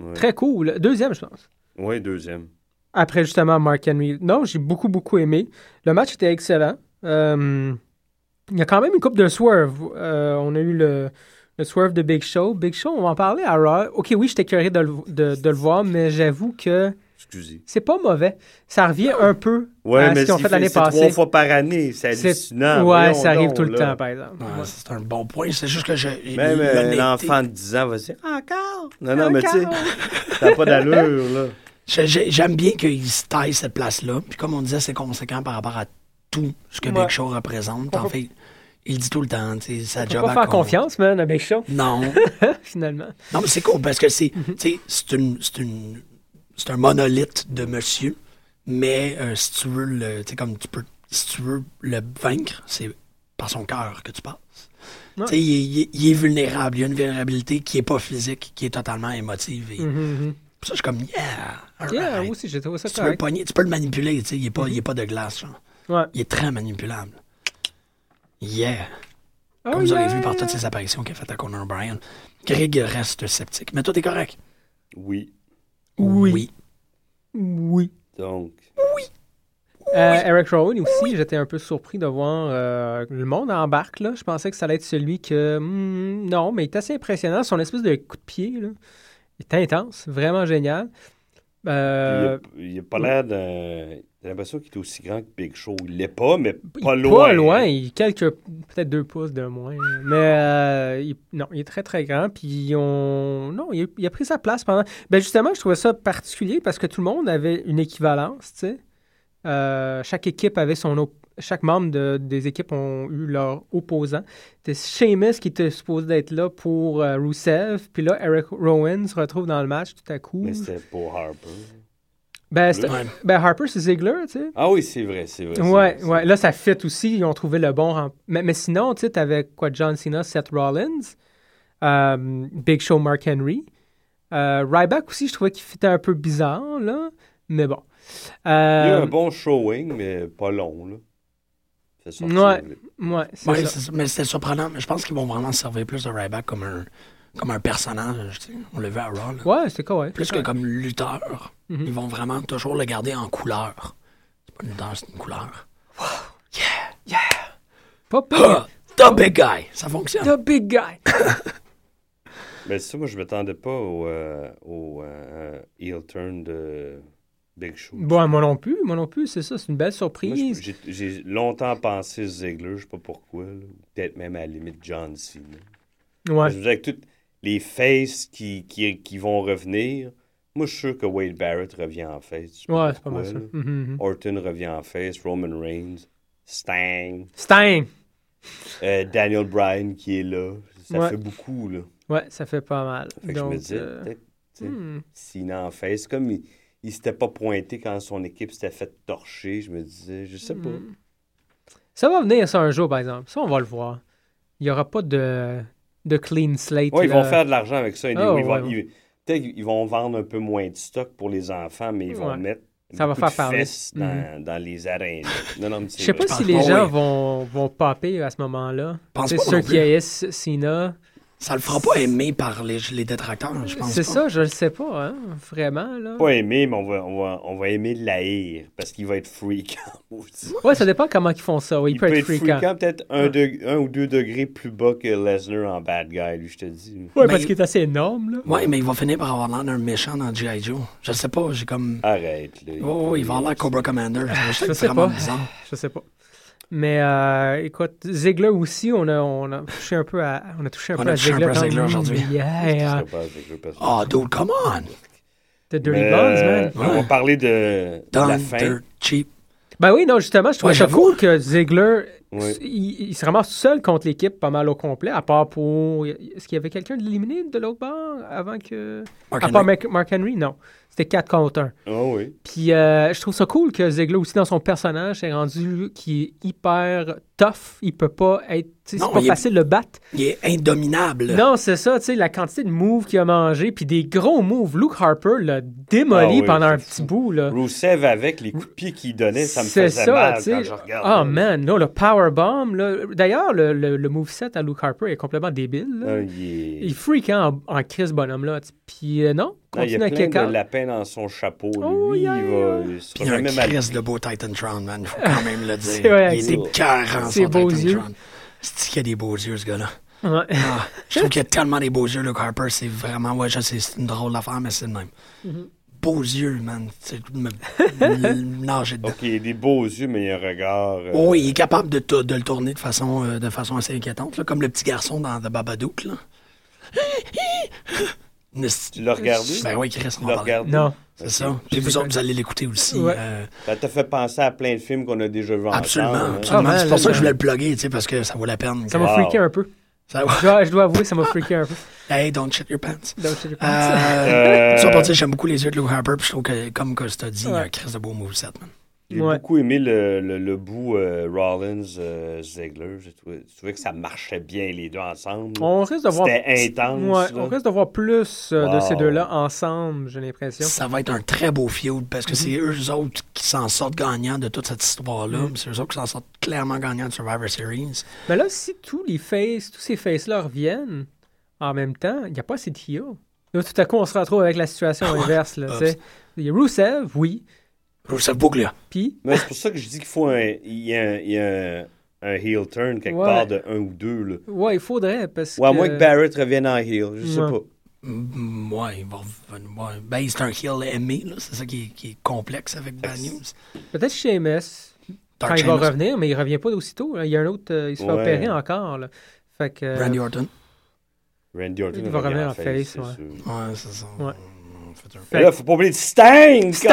S6: Ouais.
S16: Très cool. Deuxième, je pense.
S6: Oui, deuxième.
S16: Après justement Mark Henry. Non, j'ai beaucoup, beaucoup aimé. Le match était excellent. Euh, il y a quand même une coupe de swerve. Euh, on a eu le, le swerve de Big Show. Big Show, on va en parler à Raw. Ok, oui, j'étais curieux de, le- de- de le voir, mais j'avoue que
S6: Excusez.
S16: c'est pas mauvais. Ça revient un peu
S6: Ouais,
S16: à ce
S6: mais
S16: qu'ils ont
S6: s'il
S16: Ah, fait l'année
S6: c'est trois
S16: passée.
S6: fois par année, c'est
S16: C'est-
S6: hallucinant.
S16: ouais,
S6: Voyons
S16: ça arrive
S6: donc,
S16: tout le
S6: là.
S16: temps, par exemple.
S12: Ouais, Ah, C'est un bon point. C'est juste que j'ai.
S6: Même euh,
S12: l'honnêteté-
S6: l'enfant de 10 ans va dire
S12: Encore?
S6: Non, non, mais tu sais, t'as pas d'allure, là.
S12: J'ai- j'ai- J'aime bien qu'ils se taillent cette place-là. Puis comme on disait, c'est conséquent par rapport à tout ce que
S16: Ouais.
S12: Big Show représente.
S16: On
S12: En
S16: peut-
S12: fait, il dit tout le temps, tu sais, sa
S16: On
S12: job
S16: peut pas
S12: à
S16: faire
S12: con-
S16: confiance, man, à Big Show,
S12: Non.
S16: finalement.
S12: non, mais c'est cool parce que c'est,
S6: Mhm.
S12: tu sais, c'est une, c'est une, c'est un monolithe de monsieur. Mais euh, si tu veux le, tu sais, comme tu peux, si tu veux le vaincre, c'est par son cœur que tu passes.
S16: Ouais.
S12: Tu sais, il, est- il est- il est vulnérable. Il y a une vulnérabilité qui est pas physique, qui est totalement émotive. Et
S16: Mhm,
S12: ça, je suis comme, yeah,
S16: mhm.
S12: all
S16: Yeah,
S12: right.
S16: moi aussi, j'ai trouvé ça
S12: Si tu veux le
S16: correct.
S12: pogner, tu peux le manipuler, tu sais, il n'est pas, il est pas de glace. genre.
S16: Ouais.
S12: Il est très manipulable. Yeah.
S16: Oh,
S12: Comme vous avez
S16: yeah.
S12: vu par toutes ces apparitions qu'a faites à Conan O'Brien, Greg reste sceptique. Mais toi, t'es correct.
S6: Oui.
S16: Oui.
S12: Oui.
S16: Oui.
S6: Donc,
S16: Euh, Eric Rowan aussi, j'étais un peu surpris de voir euh, le monde embarque. Là. Je pensais que ça allait être celui que. hmm, non, mais il est assez impressionnant. Son espèce de coup de pied là, est intense, vraiment génial. Euh,
S6: il n'a pas l'air d'un. J'ai l'impression qu'il est aussi grand que Big Show. Il l'est pas, mais pas loin.
S16: Pas loin, il est quelques, peut-être deux pouces de moins. Mais euh, il- non, il est très très grand. Puis on, non, il a, il a pris sa place pendant. Ben justement, je trouvais ça particulier parce que tout le monde avait une équivalence, tu sais. Euh, chaque équipe avait son, op- chaque membre de- des équipes ont eu leur opposant. C'était Sheamus qui était supposé d'être là pour euh, Rusev, puis là Eric Rowan se retrouve dans le match tout à coup.
S6: Mais c'était pour Harper.
S16: Ben, c'était-
S6: Ouais.
S16: ben Harper c'est Ziggler, tu sais.
S6: Ah oui, c'est vrai, c'est vrai. c'est
S16: Ouais,
S6: vrai.
S16: ouais. Là, ça fit aussi. Ils ont trouvé le bon. rem- Mais, mais sinon, tu sais, t'avais quoi John Cena, Seth Rollins, euh, Big Show, Mark Henry. Euh, Ryback aussi, je trouvais qu'il fitait un peu bizarre, Oh, là. Mais bon.
S6: Il y
S16: Euh,
S6: a un bon showing, mais pas long, là. C'est sorti,
S16: Ouais,
S6: là.
S16: ouais, c'est
S12: Ouais,
S16: ça.
S12: c'est- mais c'était surprenant. Mais je pense qu'ils vont vraiment se servir plus de Ryback comme un, comme un personnage. tu sais. On l'a vu à Raw. là.
S16: Ouais, c'est correct.
S12: Plus
S16: c'est
S12: que
S16: correct.
S12: comme lutteur.
S1: Mhm.
S12: Ils vont vraiment toujours le garder en couleur. C'est pas une lutteur, c'est une couleur.
S16: Pas pire.
S12: Ah, the big guy! Ça fonctionne.
S16: The big guy.
S6: Mais ça, moi, je m'attendais pas au, euh, au euh, heel turn de Big Show.
S16: Bon, moi non plus, moi non plus, c'est ça. C'est une belle
S6: Moi,
S16: surprise.
S6: j'ai- j'ai- J'ai longtemps pensé Ziggler, je sais pas pourquoi, là. Ou peut-être même à la limite John Cena.
S16: Ouais.
S6: Je me disais, avec toutes les faces qui, qui, qui vont revenir, moi, je suis sûr que Wade Barrett revient en face. Je sais
S16: Ouais, c'est pas mal
S6: pourquoi,
S16: ça.
S6: là.
S16: Mhm, mhm.
S6: Orton revient en face, Roman Reigns, Sting,
S16: Sting.
S6: euh, Daniel Bryan qui est là. Ça
S16: Ouais.
S6: fait beaucoup, là.
S16: Ouais, ça fait pas mal.
S6: Fait que
S16: Donc,
S6: je me disais,
S16: euh,
S6: peut-être, tu sais,
S16: hmm.
S6: Cena en face, comme il, il s'était pas pointé quand son équipe s'était fait torcher, je me disais, je sais pas.
S1: Ça va venir, ça, un jour, par exemple. Ça, on va le voir. Il n'y aura pas de, de clean slate.
S6: Oui, ils
S1: là.
S6: vont faire de l'argent avec ça. Ils,
S1: Ah,
S16: Oh,
S6: ils vont,
S1: ouais, ouais.
S6: ils- peut-être qu'ils vont vendre un peu moins de stock pour les enfants, mais ils vont
S1: Ouais.
S6: mettre
S1: Ça va
S6: beaucoup de
S1: faire parler.
S6: fesses
S16: Mhm.
S6: dans, dans les arènes. Non, non, mais c'est
S1: Je sais
S6: vrai. Ah
S1: pas si les gens vont, vont popper à ce moment-là.
S16: Pense
S1: C'est
S16: pas
S1: ceux
S16: non
S1: qui
S16: plus.
S1: haïssent Sina.
S16: Ça le fera pas aimer par les, les détracteurs, je pense.
S1: C'est
S16: pas.
S1: ça, je le sais pas, hein, vraiment. Là.
S6: Pas aimer, mais on va, on va, on va aimer l'haïr parce qu'il va être freak.
S1: Ouais, ça dépend comment ils font ça. Oui, il,
S6: Il peut être
S1: fréquent.
S6: freakant, peut-être un, deg- un ou deux degrés plus bas que Lesnar en bad guy, lui, je te dis.
S1: Ouais, parce qu'il est assez énorme, là.
S16: Ouais, mais il va finir par avoir l'air d'un méchant dans G.I. Joe. Je sais pas, j'ai comme.
S6: Arrête, là.
S16: Oh, il va avoir l'air Cobra Commander.
S1: Je
S16: C'est
S1: sais
S16: vraiment
S1: pas.
S16: bizarre.
S1: Je sais pas. Mais euh, écoute, Ziggler aussi, on a, on a touché un peu à, on a touché un
S16: On
S1: peu
S16: a
S1: à
S16: touché un
S1: Ziggler,
S16: peu à
S1: quand
S16: Ziggler
S1: même.
S16: aujourd'hui.
S1: Yeah.
S16: Oh, dude, come on!
S1: euh, The Dirty
S6: Mais,
S1: Blondes,
S6: euh,
S1: man.
S6: On va parler de, de la
S16: Done,
S6: fin.
S16: dirt, cheap.
S1: Ben oui, non, justement, je trouvais
S16: Ouais,
S1: ça
S16: j'avoue.
S1: cool que Ziggler,
S6: Ouais.
S1: s- il, il se ramasse tout seul contre l'équipe pas mal au complet, à part pour... Est-ce qu'il y avait quelqu'un de l'éliminé de l'autre bord avant que...
S16: Mark
S1: à part
S16: Henry.
S1: Mac- Mark Henry, non. C'était 4 contre 1.
S6: Oh oui.
S1: Puis euh, je trouve ça cool que Ziggler aussi, dans son personnage, est rendu qui est hyper tough. Il peut pas être... tu sais,
S16: Non,
S1: C'est pas
S16: il est-
S1: facile de le battre.
S16: Il est indominable.
S1: Non, c'est ça, tu sais, la quantité de moves qu'il a mangé, puis des gros moves. Luke Harper l'a démoli
S6: Ah oui,
S1: pendant un
S6: c'est
S1: petit bout, là.
S6: Rousseff avec les coups de pied qu'il donnait, ça me
S1: C'est
S6: faisait
S1: ça,
S6: mal
S1: tu
S6: quand
S1: sais.
S6: Ah, je regarde.
S1: Oh man, non, le powerbomb. là. D'ailleurs, le, le, le moveset à Luke Harper est complètement débile. là.
S6: Ah, il est-
S1: Il freak hein, en, en crise, bonhomme-là. tu- Puis euh, non,
S6: Non, il y
S1: continue
S6: a
S1: à
S6: plein
S1: kick
S6: de
S1: out.
S6: lapins dans son chapeau. Lui,
S1: Oh, yeah,
S6: il va... Il
S16: Puis il y a un Chris de beau Titan Tron, man. Faut quand même le
S1: Ah, C'est
S16: dire.
S1: vrai,
S16: il
S1: c'est-
S16: est écœurant,
S1: ses
S16: son
S1: beaux
S16: Titan
S1: yeux.
S16: Tron. C'est-tu qu'il a des beaux yeux, ce gars-là?
S1: Ouais.
S16: Ah, je trouve qu'il a tellement des beaux yeux, Luke Harper. C'est vraiment, ouais, je sais, c'est une drôle d'affaire, mais c'est le même.
S1: Mm-hmm.
S16: Beaux yeux, man. C'est me, me nager dedans.
S6: OK, il a des beaux yeux, mais il a un regard... euh,
S16: Oui, il est capable de, to- de le tourner de façon, euh, de façon assez inquiétante, là, comme le petit garçon dans The Babadook. Là.
S6: Tu l'as regardé?
S16: Ben oui, Chris, on
S6: Tu l'as
S16: va
S6: regardé?
S1: Non.
S16: C'est ça. Puis vous autres, vous allez l'écouter aussi.
S1: Ouais.
S16: euh,
S6: Ça t'a fait penser à plein de films qu'on a déjà vus
S16: absolument.
S6: ensemble. hein.
S16: absolument.
S1: Ah,
S16: c'est
S1: man,
S16: pour ça que
S1: là,
S16: je voulais le plugger, tu sais, parce que ça vaut la peine.
S1: Ça m'a
S6: Wow.
S1: freaké un peu.
S16: Ça va.
S1: Je dois, je dois avouer, ça m'a freaké un peu.
S16: Hey, don't shit your pants.
S1: Donc, je-
S16: Euh,
S6: Euh.
S16: Tu vois, pour dire, j'aime beaucoup les yeux de Lou Harper, puis je trouve que, comme Costa dit, il y a un Chris de beau moveset, man.
S6: J'ai
S1: Ouais.
S6: beaucoup aimé le, le, le bout euh, Rollins-Zegler. J'ai trouvé, j'ai trouvé que ça marchait bien les deux ensemble.
S1: On risque de voir.
S6: C'était intense.
S1: Ouais,
S6: là.
S1: on risque de voir plus euh, de
S6: Wow.
S1: ces deux-là ensemble, j'ai l'impression. Mhm.
S16: Ça va être un très beau feud parce que c'est eux autres qui s'en sortent gagnants de toute cette histoire-là. puis C'est eux autres qui s'en sortent clairement gagnants de Survivor Series.
S1: Mhm. Mais là, si tous les faces, tous ces faces-là reviennent en même temps, il n'y a pas assez de heels. Là, tout à coup, on se retrouve avec la situation inverse. Là,
S16: Ah Oups.
S1: tu sais. Il y a Rusev, oui.
S16: Rusev Bouglia.
S1: Puis,
S6: Mais c'est pour ça que je dis qu'il faut un, il y a un, il y a un- un heel turn quelque
S1: Ouais.
S6: part de un ou deux. Là.
S1: ouais, il faudrait parce
S6: Ou à
S1: que...
S6: moins que Barrett revienne en heel. Je sais
S1: Ouais.
S6: pas.
S16: Mm, Ouais, il va revenir. ouais. Ben, c'est un heel aimé, là. C'est ça qui est, qui est complexe avec Bad News.
S1: Peut-être chez MS,
S16: Dark
S1: quand il va
S16: Sheamus,
S1: revenir, mais il revient pas aussitôt. là. Il y a un autre, euh, il se fait
S6: Ouais.
S1: opérer encore. là. Fait que, euh,
S16: Randy Orton.
S6: Randy Orton
S1: Il va revenir en face,
S6: c'est
S1: ouais.
S6: sûr.
S16: Ouais, c'est ça.
S1: Ouais.
S16: On fait un-
S6: Mais là, faut pas oublier de Sting!
S1: Sting,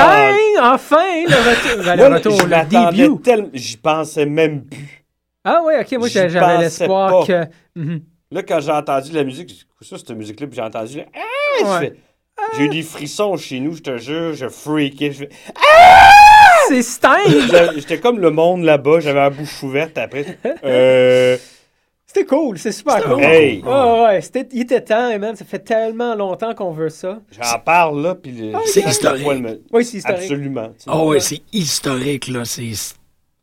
S1: enfin, le retour, ben, le
S6: Moi, là,
S1: retour,
S6: je
S1: le
S6: m'attendais
S1: début.
S6: tellement- J'y pensais même plus.
S1: Ah ouais, ok, moi
S6: J'y
S1: j'a- j'avais
S6: pensais
S1: l'espoir que...
S6: pas.
S1: Mhm.
S6: Là, quand j'ai entendu la musique, j'ai dit, ça, cette musique-là, puis j'ai entendu, là, Ah! Je
S1: Ouais. Ah!
S6: fais- j'ai eu des frissons chez nous, je te jure, je freakais. je fais- Ah!
S1: C'est Sting!
S6: J'avais- J'étais comme le monde là-bas, j'avais la bouche ouverte après. Euh,
S1: C'était cool, c'est super cool.
S6: Hey!
S1: Ouais, ouais, c'était, il était temps, et man. Ça fait tellement longtemps qu'on veut ça.
S6: J'en parle là, puis le-
S16: C'est
S6: le
S16: historique.
S6: poil me-
S1: Oui, c'est historique.
S6: Absolument. tu sais.
S16: Ah ouais, c'est historique, là. C'est c'est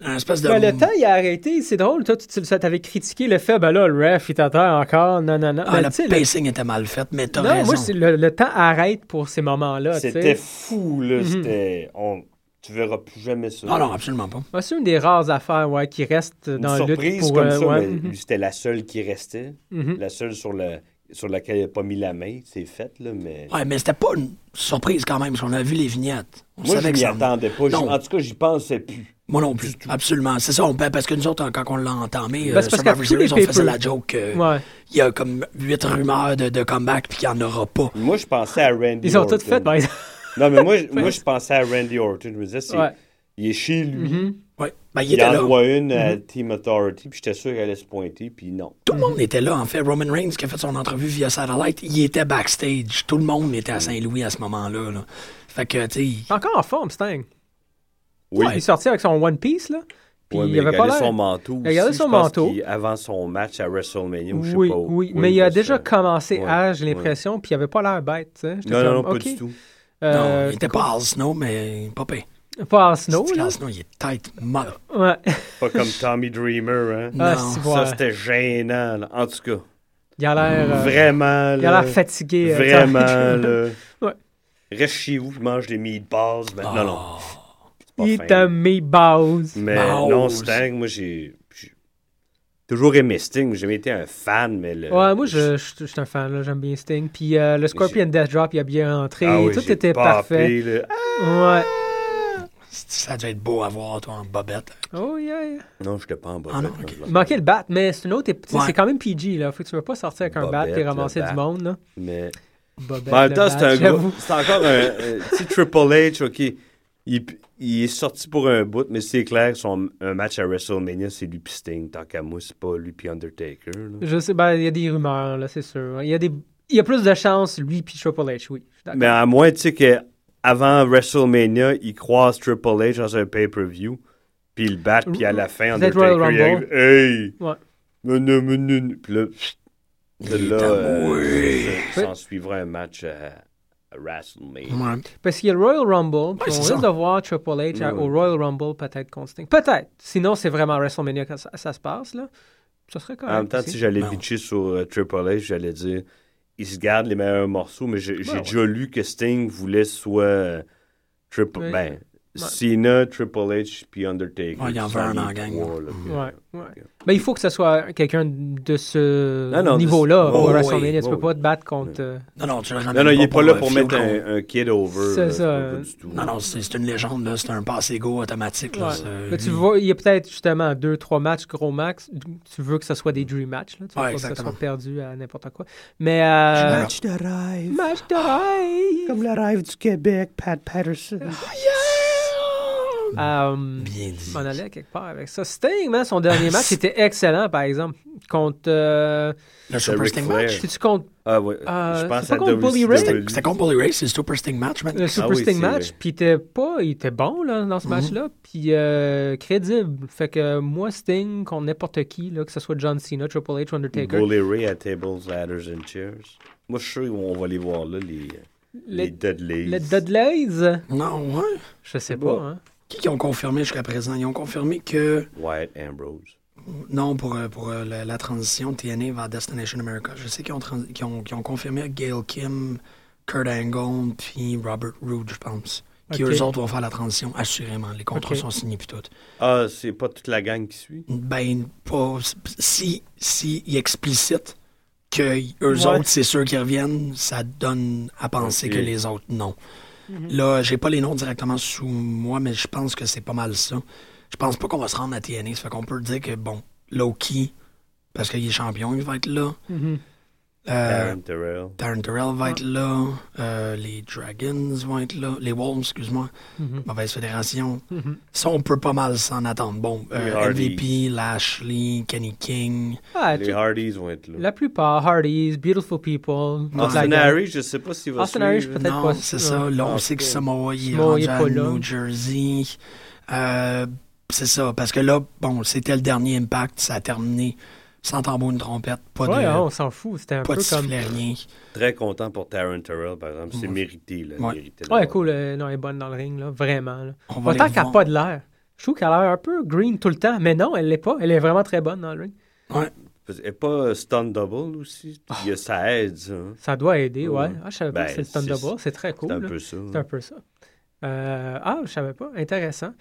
S16: un espèce de.
S1: Ben, le temps, il a arrêté. C'est drôle. Toi, tu, tu- ça t'avait critiqué le fait, ben là, le ref, il t'attend encore. Non, non, non.
S16: Ah,
S1: Ben,
S16: le
S1: tu sais, le-
S16: pacing était mal fait, mais t'as
S1: Non,
S16: raison.
S1: moi, c'est le, le temps arrête pour ces moments-là. tu sais.
S6: C'était fou, là.
S1: Mhm.
S6: C'était. on- Tu verras plus jamais ça.
S16: Non, non, absolument pas.
S1: Ouais, c'est une des rares affaires ouais, qui reste
S6: Une
S1: dans le lutte
S6: surprise
S1: pour.
S6: comme
S1: euh,
S6: ça,
S1: ouais,
S6: mais
S1: mhm.
S6: c'était la seule qui restait.
S1: Mhm.
S6: La seule sur, la... sur laquelle il n'a pas mis la main. C'est fait, là, mais.
S16: Ouais, mais c'était pas une surprise quand même, parce qu'on a vu les vignettes. On
S6: Moi, je
S16: savait que
S6: m'y
S16: ça-
S6: attendais pas. J'y-
S16: Non.
S6: En tout cas, j'y pensais plus.
S16: Moi non plus. Absolument. C'est ça, on peut, parce que nous autres, hein, quand on l'a entamé,
S1: Ben,
S16: euh,
S1: c'est parce qu'à
S16: Survivor
S1: tous les
S16: Series, on
S1: pay-per-view.
S16: faisait la joke euh, il
S1: Ouais.
S16: y a comme huit rumeurs de, de comeback, puis qu'il n'y en aura pas.
S6: Moi, je pensais à Randy
S1: Ils ont
S6: Orton.
S1: tout fait, par exemple.
S6: Non, mais moi, je- moi, je pensais à Randy Orton. Je me disais, c'est-
S1: Ouais.
S6: il est chez lui.
S1: Mhm.
S16: Ouais. Ben, il,
S6: Il,
S16: était là. Mhm.
S6: envoie une à Team Authority, puis j'étais sûr qu'elle allait se pointer, puis non.
S16: Tout le monde était là, en fait. Roman Reigns, qui a fait son entrevue via Satellite, il était backstage. Tout le monde était à Saint-Louis à ce moment-là. là. Fait que, tu sais,
S1: Encore en forme, Sting.
S6: Oui.
S1: Il est sorti avec son One Piece, là.
S16: Puis
S6: Ouais, mais
S16: il avait
S6: il a
S16: pas
S6: gardé
S16: l'air-
S6: son manteau.
S16: Il a gardé
S6: aussi, je
S16: son
S6: pense
S16: manteau.
S6: qu'il- Avant son match à WrestleMania, ou je sais
S16: Oui,
S6: pas. où.
S16: oui, mais il a
S6: parce
S16: déjà
S6: que-
S16: commencé
S6: Ouais,
S16: à, j'ai
S6: ouais.
S16: l'impression, puis il avait pas l'air bête. tu sais. J'étais
S6: Non, non,
S16: comme,
S6: non, pas
S16: OK.
S6: du tout.
S16: Euh,
S12: non, il était pas Al Snow, mais pas pire.
S16: Pas Al Snow,
S12: C'est
S16: là.
S12: Al Snow, il est tête mother.
S16: Ouais.
S6: Pas comme Tommy Dreamer, hein?
S12: Ah,
S16: Non. c'est
S6: Ça,
S16: vrai.
S6: c'était gênant, là. En tout cas.
S16: Il a l'air, euh,
S6: Vraiment,
S16: il a
S6: là.
S16: l'air fatigué, euh,
S6: Vraiment,
S16: Tommy
S6: là.
S16: Dreamer. Ouais.
S6: Reste chez vous, puis mange des meatballs. Ben,
S12: Ah,
S6: Non, non. C'est pas
S16: Il
S6: fin.
S16: est un meatballs.
S6: Mais non, Sting, moi, j'ai... j'ai Toujours aimé Sting, j'ai jamais été un fan, mais le...
S16: Ouais, moi, je, je, je suis un fan, là. J'aime bien Sting. Puis euh, le Scorpion Death Drop, il a bien rentré.
S6: Ah oui,
S16: Tout
S6: j'ai
S16: était
S6: popé,
S16: parfait.
S6: là.
S16: Ouais.
S12: Ça devait être beau à voir, toi, en bobette.
S16: Oh, yeah, yeah.
S6: Non, j'étais pas en bas.
S12: Ah, non,
S16: Il manquait le bat, mais c'est une autre. ép- tu sais,
S6: Ouais.
S16: C'est quand même PG, là. Faut que tu veux pas sortir avec un
S6: Bobette,
S16: bat et ramasser
S6: le
S16: du
S6: bat.
S16: monde, là.
S6: Mais...
S16: Bobette,
S6: Mais en même temps,
S16: le
S6: c'est
S16: bat,
S6: un gars.
S16: j'avoue.
S6: C'est encore un. euh, tu sais, Triple H, OK. Il, il est sorti pour un bout, mais c'est clair, son, un match à WrestleMania, c'est lui pis Sting. Tant qu'à moi, c'est pas lui pis Undertaker. là.
S16: Je sais, ben, il y a des rumeurs, là, c'est sûr. Il y a des. Il y a plus de chances, lui puis Triple H, oui. Je suis d'accord.
S6: Mais à moins, tu sais, qu'avant WrestleMania, il croise Triple H dans un pay-per-view, puis il le bat, puis à la fin,
S16: Peut-être Royal
S6: Undertaker, il arrive.
S16: Rumble.
S6: Hey!
S16: Ouais.
S6: Non, non, non, non, non. Puis là, pfft,
S12: Il
S6: là,
S12: est
S6: euh,
S12: amoureux.
S6: ça- s'en suivra un match à, à WrestleMania.
S16: Parce qu'il y a le Royal Rumble,
S6: Ouais,
S16: puis on
S6: c'est
S16: risque
S6: ça.
S16: de voir Triple H à-
S6: Ouais.
S16: au Royal Rumble, peut-être contre Sting. Peut-être. Sinon, c'est vraiment à WrestleMania que ça, ça se passe, là. Ça serait quand
S6: En même temps, si j'allais
S16: vite.
S6: bitcher sur euh, Triple H, j'allais dire il se garde les meilleurs morceaux, mais j'ai j'ai
S16: ouais.
S6: déjà lu que Sting voulait soit euh, Triple.
S16: Ouais.
S6: Ben,
S16: Ouais.
S6: Cena, Triple H, puis Undertaker.
S12: Ouais, il y en
S6: Ça,
S12: veut un
S6: les
S12: en gang,
S6: trois, là, puis,
S16: Ouais,
S6: euh,
S16: ouais. Mais il faut que ce soit quelqu'un de ce
S6: Non, non,
S16: niveau-là
S6: de-
S16: pour
S6: Oh,
S16: Ah, WrestleMania.
S6: oui,
S16: tu
S6: oh,
S16: peux
S6: oui.
S16: pas te battre contre. euh,
S12: Non, non, tu le
S6: Non, non, il
S12: pas
S6: est pas
S12: pour
S6: là
S12: un
S6: pour
S12: feel
S6: mettre
S12: good.
S6: un, un kid over.
S16: C'est
S6: là, pas-
S16: ça,
S6: pas
S16: euh,
S6: du tout.
S12: Non, non, c'est c'est une légende, là. C'est un passé go automatique, là.
S16: ouais.
S12: C'est-
S16: Mais tu
S12: lui-
S16: vois, il y a peut-être justement deux, trois matchs gros max. Tu veux que ce soit des dream matchs. Là. Tu veux
S12: Ouais,
S16: pas que ce
S12: exactement.
S16: soit perdu à n'importe quoi. Mais. euh,
S12: Match
S15: de rêve.
S16: Match de rêve. Oh,
S15: Comme le rêve du Québec, Pat Patterson.
S16: Euh, On allait quelque part avec ça. Sting, man, son dernier match était excellent, par exemple, contre. euh,
S12: Le Super Sting match?
S16: C'est-tu contre.
S6: Ah ouais,
S16: euh,
S6: je pense
S16: c'est
S6: à
S16: pas contre Bully
S6: WCW.
S16: Ray?
S12: C'était c'était contre Bully Ray, c'est le Super Sting match, man.
S16: Le Super Sting match, puis il était pas, il était bon là, dans ce
S12: Mhm.
S16: match-là, puis euh, crédible. Fait que moi, Sting, contre n'importe qui, là, que ce soit John Cena, Triple H, Undertaker,
S6: Bully Ray à Tables, Ladders and Chairs. Moi, je suis sûr qu'on va les voir, là, les,
S16: Les-
S6: les, Dudleys.
S16: le Dudleys,
S12: Non, ouais.
S16: je sais pas.
S12: Bon.
S16: hein.
S12: Qui qui ont confirmé jusqu'à présent? Ils ont confirmé que...
S6: Wyatt Ambrose.
S12: Non, pour, euh, pour euh, la, la transition TNA vers Destination America. Je sais qu'ils ont, trans- qu'ils ont, qu'ils ont confirmé Gail Kim, Kurt Angle, puis Robert Roode, je pense. Qui
S6: Ok.
S12: eux autres vont faire la transition, assurément. Les contrats
S6: Ok.
S12: sont signés, puis tout.
S6: Ah, c'est pas toute la gang qui suit?
S12: Ben, pas. Si, si ils explicitent que y- eux
S6: Ouais.
S12: autres, c'est ceux qui reviennent, ça donne à penser
S6: Ok.
S12: que les autres, non.
S16: Mhm.
S12: Là, j'ai pas les noms directement sous moi, mais je pense que c'est pas mal ça. Je pense pas qu'on va se rendre à TNA. Ça fait qu'on peut dire que, bon, Loki, parce qu'il est champion, il va être là.
S16: Mhm.
S12: Euh,
S6: Aaron Terrell.
S12: Darren Terrell va être là. Euh, les Dragons vont être là. Les Wolves, excuse-moi.
S16: Mhm.
S12: Mauvaise fédération.
S16: Mhm.
S12: Ça, on peut pas mal s'en attendre. Bon, euh,
S6: Les Hardys.
S12: MVP, Lashley, Kenny King.
S16: Ah,
S6: les
S16: tu-
S6: Hardys vont être là.
S16: La plupart, Hardys, Beautiful People, toute la
S6: Austin
S16: gang.
S6: Harry, je sais pas s'il va
S16: Austin
S6: suivre.
S16: Harry, je suis peut-être
S12: non,
S16: pas
S12: c'est
S16: sûr.
S12: ça. Là, on
S6: Ah,
S12: sait que
S6: ok.
S12: Samoa, il est
S16: Samoa, il
S12: rendu
S16: est
S12: à
S16: pas là.
S12: New Jersey. Euh, c'est ça, parce que là, bon, c'était le dernier Impact. Ça a terminé sans tambour ni trompette. Pas
S16: Ouais,
S12: de,
S16: on s'en fout, c'était un
S12: pas
S16: peu
S12: de
S16: comme.
S12: sifflet, rien.
S6: Très content pour Taryn Terrell, par exemple. C'est
S12: Ouais.
S6: mérité, là.
S12: Ouais.
S6: mérité
S16: Ouais, cool, euh, non, elle est bonne dans le ring, là, vraiment. Là.
S12: On va
S16: Autant
S12: aller
S16: qu'elle n'a
S12: voir.
S16: pas de l'air. Je trouve qu'elle a l'air un peu green tout le temps, mais non, elle l'est pas. Elle est vraiment très bonne dans le ring.
S12: Ouais.
S6: Et pas Stun Double aussi? Il y a, ça aide, ça. hein?
S16: Ah. Ça doit aider, ouais.
S6: Ouais.
S16: Ah, je savais pas
S6: Ben,
S16: que c'était le Thunderbolt.
S6: c'est-
S16: C'est très cool.
S6: c'est un
S16: là.
S6: peu ça,
S16: C'est
S6: hein.
S16: un peu ça. Euh, ah, je savais pas. Intéressant.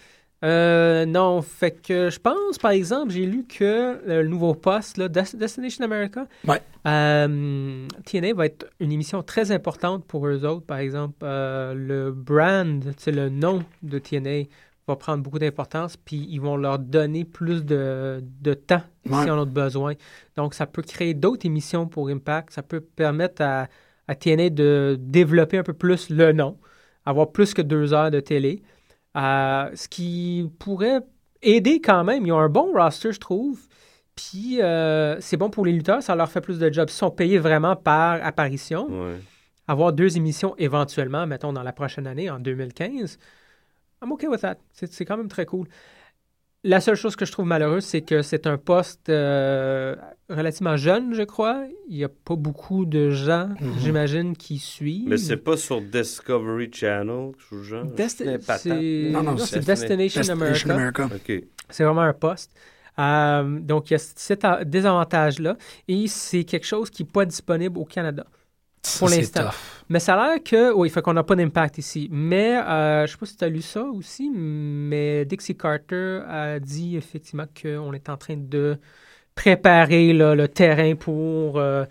S16: Euh, non, fait que je pense, par exemple, j'ai lu que le nouveau poste, là, Des- Destination America,
S12: Ouais.
S16: euh, TNA va être une émission très importante pour eux autres. Par exemple, euh, le brand, tu sais, le nom de TNA va prendre beaucoup d'importance, puis ils vont leur donner plus de, de temps
S12: Ouais.
S16: si on en a besoin. Donc, ça peut créer d'autres émissions pour Impact. Ça peut permettre à, à TNA de développer un peu plus le nom, avoir plus que deux heures de télé, Euh, ce qui pourrait aider quand même. Ils ont un bon roster, je trouve. Puis, euh, c'est bon pour les lutteurs, ça leur fait plus de jobs. Ils sont payés vraiment par apparition
S6: Ouais.
S16: avoir deux émissions éventuellement, mettons, dans la prochaine année, en 2015, I'm okay with that. C'est c'est quand même très cool. La seule chose que je trouve malheureuse, c'est que c'est un poste euh, relativement jeune, je crois. Il n'y a pas beaucoup de gens,
S6: Mhm.
S16: j'imagine, qui suivent.
S6: Mais c'est pas sur Discovery Channel, je vous jure.
S16: Desti-
S6: Mais patate.
S16: c'est- Non, non, c'est Destination Destination America. America.
S6: OK.
S16: C'est vraiment un poste. Euh, donc, il y a cet a- désavantage-là. Et c'est quelque chose qui n'est pas disponible au Canada pour
S17: Ça, c'est
S16: l'instant.
S17: tough.
S16: Mais ça a l'air que. Oui, fait qu'on n'a pas d'impact ici. Mais euh, je ne sais pas si tu as lu ça aussi, mais Dixie Carter a dit effectivement qu'on est en train de préparer là, le terrain pour. euh,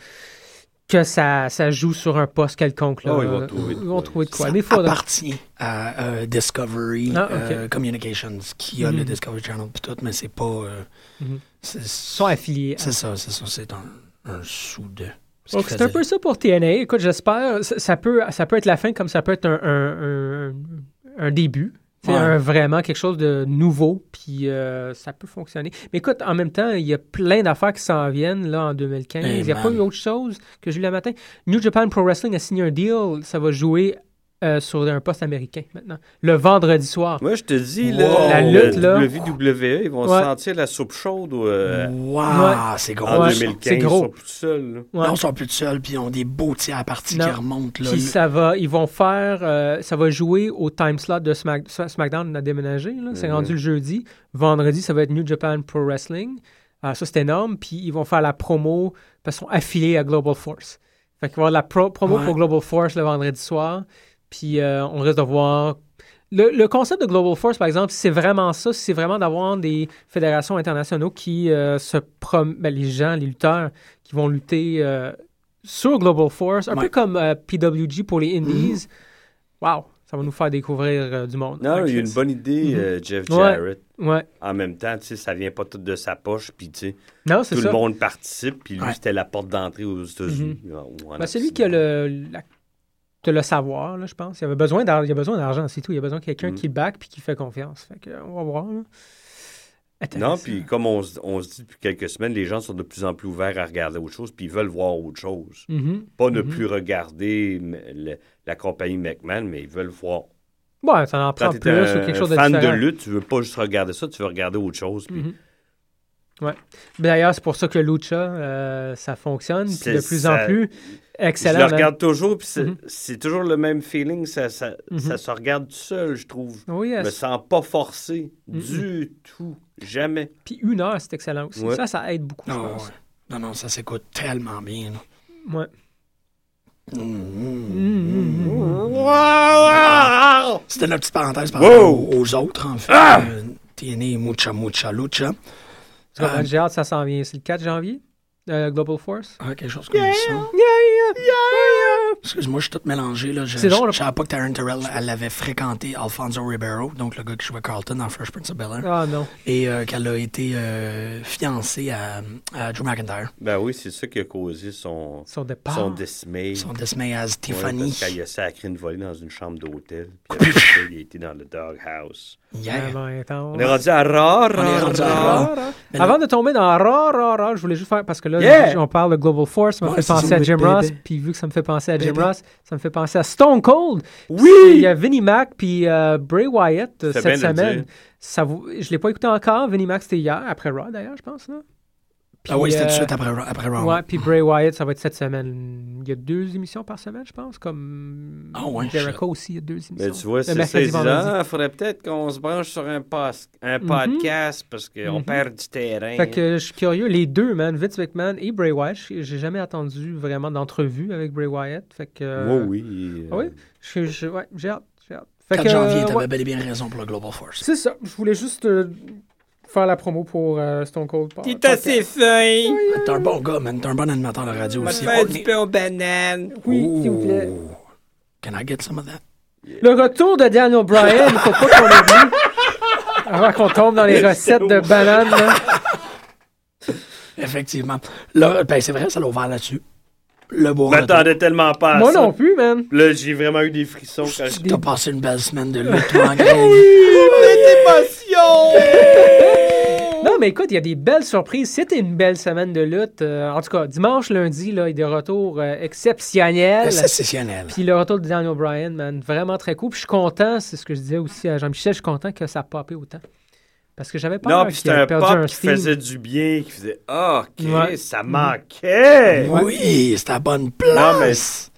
S16: que ça, ça joue sur un poste quelconque. Là.
S12: Oh, ils vont trouver de
S16: Ils vont trouver de quoi.
S12: Ça
S16: Mais il faudra-
S12: appartient à euh, Discovery
S16: Ah, ok.
S12: euh, Communications, qui a
S16: Mhm.
S12: le Discovery Channel pis tout, mais c'est pas... euh,
S16: Mhm.
S12: c'est-
S16: sont affiliés. à-
S12: C'est ça, c'est ça, c'est un, un sous-de.
S16: Donc, c'est un peu ça pour TNA. Écoute, j'espère. Ça, ça peut, ça peut être la fin comme ça peut être un, un- un- un début. C'est
S12: Ouais.
S16: un- vraiment quelque chose de nouveau, puis euh, ça peut fonctionner. Mais écoute, en même temps, il y a plein d'affaires qui s'en viennent là en 2015.
S17: Eh
S12: Hey,
S16: il n'y a
S12: man.
S16: pas eu autre chose que j'ai lu le matin. New Japan Pro Wrestling a signé un deal. Ça va jouer euh, sur un poste américain maintenant. Le vendredi soir.
S6: Moi, je te dis,
S16: Wow.
S6: là,
S16: la lutte, là.
S6: le WWE, ils vont
S16: Ouais.
S6: sentir la soupe chaude. euh,
S12: Wow, c'est gros.
S6: En
S12: Ouais,
S6: 2015,
S12: c'est gros.
S6: ils sont plus seuls. là.
S12: Non, ils sont plus tout seuls, puis ils ont des beaux tiers à partie qui
S16: Non.
S12: remontent. Là,
S16: Puis
S12: Le-
S16: ça va, ils vont faire, euh, ça va jouer au time slot de Smack- Sma- SmackDown, on a déménagé, là. c'est
S12: Mhm.
S16: rendu le jeudi. Vendredi, ça va être New Japan Pro Wrestling. Ah, ça, c'est énorme. Puis ils vont faire la promo, parce qu'ils sont affiliés à Global Force. Fait qu'ils vont avoir la pro- promo
S12: Ouais.
S16: pour Global Force le vendredi soir. Puis euh, on risque de voir... Le, le concept de Global Force, par exemple, c'est vraiment ça, c'est vraiment d'avoir des fédérations internationaux qui euh, se prom... ben, les gens, les lutteurs, qui vont lutter euh, sur Global Force, un
S6: Ouais.
S16: peu comme euh, PWG pour les Indies. Wow, ça va nous faire découvrir euh, du monde.
S6: Non, il y a une
S16: Access.
S6: bonne idée,
S16: Mhm.
S6: euh, Jeff
S16: Ouais.
S6: Jarrett.
S16: Ouais.
S6: En même temps, tu sais, ça vient pas tout de sa poche, puis tu sais,
S16: Non,
S6: tout
S16: c'est ça.
S6: le monde participe, puis lui,
S16: Ouais.
S6: c'était la porte d'entrée aux États-Unis. ou en
S16: Ben, c'est lui qui a le, la- de le savoir, là, je pense. Il, avait besoin d'ar- il a besoin d'argent, c'est tout. Il a besoin de quelqu'un
S6: Mhm.
S16: qui le back puis qui fait confiance. Fait que, euh, on va voir. là.
S6: Non, puis comme on, se- on se dit depuis quelques semaines, les gens sont de plus en plus ouverts à regarder autre chose, puis ils veulent voir autre chose.
S16: Mhm.
S6: Pas ne
S16: Mhm.
S6: plus regarder m- le- la compagnie McMahon, mais ils veulent voir.
S16: Ouais, ça en prend
S6: Quand t'es
S16: plus
S6: un
S16: ou quelque chose de
S6: fan
S16: différent.
S6: de lutte, tu veux pas juste regarder ça, tu veux regarder autre chose. puis
S16: Mhm. Ouais. Ben, D'ailleurs, c'est pour ça que Lucha, euh, ça fonctionne. Puis
S6: C'est-
S16: de plus en
S6: ça-
S16: plus, excellent.
S6: Je le
S16: même.
S6: regarde toujours, puis c'est
S16: Mhm.
S6: c'est toujours le même feeling. Ça, ça,
S16: Mhm.
S6: ça se regarde tout seul, je trouve.
S16: Oh, yes.
S6: Je me sens pas forcé
S16: Mhm.
S6: du tout. Jamais.
S16: Puis une heure, c'est excellent aussi.
S6: Ouais.
S16: Ça, ça aide beaucoup, je
S12: Non,
S16: pense.
S12: ouais. non, non, ça s'écoute tellement bien. là. Mmh.
S16: Ouais.
S12: C'était notre petite parenthèse par
S16: Wow!
S12: rapport aux, aux autres, en fait.
S16: Ah!
S12: Euh, T'es né mucha, mucha, lucha.
S16: En tout cas,
S12: Euh,
S16: J'ai hâte, ça s'en vient. C'est le 4 janvier, euh, Global Force.
S12: Ah, quelque chose comme ça. Excuse-moi, je suis tout mélangé. Là. Je,
S16: C'est drôle,
S12: je- je savais pas que Taryn Terrell, elle avait fréquenté Alfonso Ribeiro, donc le gars qui jouait Carlton dans Fresh Prince of Bel-Air.
S16: Ah non.
S12: Et euh, qu'elle a été euh, fiancée à, à Drew McIntyre.
S6: Ben oui, c'est ça qui a causé son,
S16: Son départ.
S6: Son dismay.
S12: Son dismay à Stéphanie.
S6: Ouais, parce qu'elle a sacré une volée dans une chambre d'hôtel. Puis après ça, il a été dans le doghouse.
S12: Yeah.
S16: Vraiment intense.
S6: On est rendu à rare,
S16: On est
S6: rare,
S16: rendu à
S6: rare.
S16: rare. ben, Avant de tomber dans rare, rare, rare, je voulais juste faire parce que là,
S6: Yeah!
S16: on parle de Global Force, ça me
S6: Ouais,
S16: fait
S6: c'est
S16: penser
S6: ça,
S16: à
S6: oui,
S16: Jim
S6: bébé.
S16: Ross, puis vu que ça me fait penser à Jim
S6: Bébé.
S16: Ross, ça me fait penser à Stone Cold.
S6: Oui!
S16: Il y a Vinnie Mac puis euh, Bray Wyatt euh,
S6: Fais
S16: cette
S6: bien de le
S16: semaine.
S6: dire.
S16: Ça vous- Je l'ai pas écouté encore. Vinnie Mac, c'était hier, après Raw d'ailleurs, je pense. Là.
S12: Ah oui, c'était tout de suite après Raw- après Raw.
S16: euh, Ouais, puis Bray Wyatt, ça va être cette semaine. Il y a deux émissions par semaine, je pense, comme
S12: Ah ouais,
S16: Jericho aussi, il y a deux émissions.
S6: Mais tu vois,
S16: Le
S6: c'est ça,
S16: mercredi,
S6: ils disent,
S16: vendredi.
S6: ah, faudrait peut-être qu'on se branche sur un, pos- un
S16: Mhm.
S6: podcast parce qu'on
S16: Mhm.
S6: perd du terrain.
S16: Fait que je suis curieux, les deux, man, Vince McMahon et Bray Wyatt, j'ai j'ai jamais entendu vraiment d'entrevue avec Bray Wyatt. Fait que. euh,
S6: Moi, oui.
S16: Ah oui? Je- je- ouais, j'ai hâte, j'ai hâte. Fait
S12: 4
S16: que,
S12: janvier,
S16: euh,
S12: t'avais
S16: ouais.
S12: bel et bien raison pour le Global Force.
S16: C'est ça, je voulais juste euh, faire la promo pour euh, Stone Cold. Pod-
S12: assez
S16: Podcast.
S12: fin. T'es un bon gars, man. T'es un bon animateur de radio aussi. Oh,
S16: pain aux bananes. Oui, s'il vous plaît.
S12: Can I get some of that?
S16: Le retour de Daniel Bryan, il faut pas qu'on l'oublie. Avant qu'on tombe dans les recettes de bananes, là.
S12: Effectivement. Là, ben, c'est vrai, ça l'a ouvert là-dessus. Le beau
S6: Je m'attendais tellement pas à
S12: Moi
S6: ça.
S12: non
S16: plus, man.
S6: Là, j'ai vraiment eu des frissons quand je...
S12: T'as passé une belle semaine de lutte, toi, en gros.
S16: Non, Oh, mais écoute, il y a des belles surprises. C'était une belle semaine de lutte. Euh, en tout cas, dimanche, lundi, là, il y a des retours euh, exceptionnels.
S12: Exceptionnels.
S16: Puis le retour de Daniel Bryan, man, vraiment très cool. Puis je suis content, c'est ce que je disais aussi à Jean-Michel, je suis content que ça a popé autant.
S1: Parce que j'avais
S16: Non,
S1: pas
S16: puis
S1: qu'il
S16: c'était
S1: avait
S16: un
S1: perdu
S6: Ah,
S16: pop
S1: un
S16: qui
S1: Steam.
S16: faisait du bien, qui faisait Ah, OK,
S1: Ouais.
S16: ça manquait.
S1: Ouais.
S12: Eh Oui, c'est à bonne place.
S16: Non, mais c'est-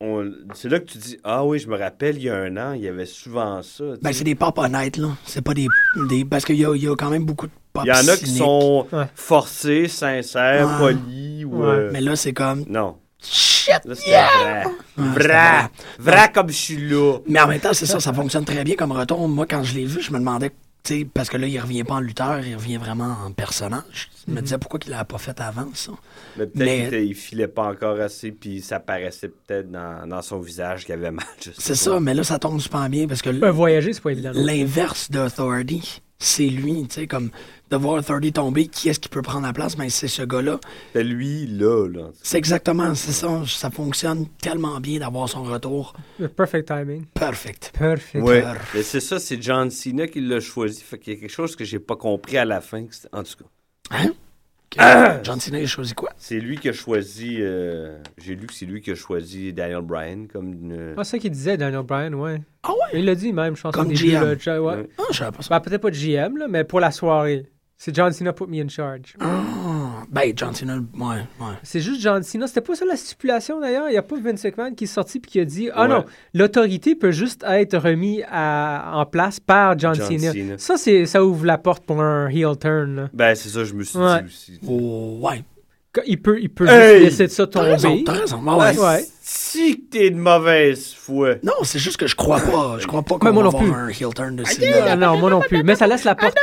S16: on- c'est là que tu dis Ah oui, je me rappelle, il y a un an, il y avait souvent ça. tu
S12: Ben,
S16: sais.
S12: c'est des pop honnêtes, là. C'est pas des. des parce qu'il y a, il y a quand même beaucoup de pop
S16: Il y en a qui
S12: cyniques.
S16: sont forcés, sincères,
S12: Ouais.
S16: polis. Ou,
S12: Ouais.
S16: euh,
S12: Mais là, c'est comme.
S16: Non.
S12: Shit!
S16: Là, c'était vrai. Ah,
S12: c'était
S16: vrai.
S12: vrai.
S16: Vrai comme je suis là.
S12: Mais en même temps, c'est ça, ça fonctionne très bien comme retour. Moi, quand je l'ai vu, je me demandais, tu sais, parce que là, il revient pas en lutteur, il revient vraiment en personnage. Je me disais pourquoi qu'il l'a pas fait avant, ça.
S16: Mhm. Mais peut-être
S12: Mais-
S16: qu'il était- il filait pas encore assez, puis ça paraissait peut-être dans, dans son visage qu'il avait mal. je sais
S12: C'est
S16: pas.
S12: ça, mais là, ça tombe super bien parce que.
S16: Ben, voyager, c'est pas évident.
S12: L'inverse d'Authority, c'est lui, tu sais, comme de voir Authority tomber, qui est-ce qui peut prendre la place? Ben, c'est ce gars-là.
S16: C'était lui, là, là.
S12: C'est exactement, c'est ça. Ça fonctionne tellement bien d'avoir son retour.
S1: Le perfect timing.
S12: Perfect.
S1: Perfect.
S16: Ouais. Mais c'est ça, c'est John Cena qui l'a choisi. Fait qu'il y a quelque chose que j'ai pas compris à la fin. que c'était- En tout cas.
S12: John Cena, il a choisi quoi?
S16: C'est lui qui a choisi. euh, J'ai lu que c'est lui qui a choisi Daniel Bryan comme. une-
S1: Ah, c'est ça qu'il disait, Daniel Bryan, ouais.
S12: Ah ouais?
S1: Il l'a dit même, je pense,
S16: Comme
S1: au début.
S16: GM.
S1: là, John- ouais.
S16: Ouais.
S12: Ah, je savais pas
S1: Ben, peut-être pas de GM, là, mais pour la soirée. C'est John Cena put me in charge.
S12: Ah, ben, John Cena, ouais, ouais.
S1: C'est juste John Cena. C'était pas ça la stipulation d'ailleurs. Il n'y a pas Vince McMahon qui est sorti puis qui a dit Ah
S16: Ouais.
S1: non, l'autorité peut juste être remise à- en place par John,
S16: John
S1: Cena.
S16: Cena.
S1: Ça, c'est, ça ouvre la porte pour un heel turn. là.
S16: Ben, c'est ça, je me suis
S1: Ouais.
S16: dit aussi.
S12: ouais.
S1: Qu- Il peut, il peut
S16: Hey!
S1: juste laisser de ça
S16: T'as
S1: tomber.
S16: raison, t'as raison. Ouais, ouais. Si que t'es de mauvaise foi.
S12: Non, c'est juste que je crois pas. Je crois pas
S1: Mais
S12: qu'on
S1: moi
S12: va
S1: non
S12: avoir
S1: plus.
S12: un heel turn de
S1: Non,
S12: Cena.
S1: non, moi non plus. Mais ça laisse la porte.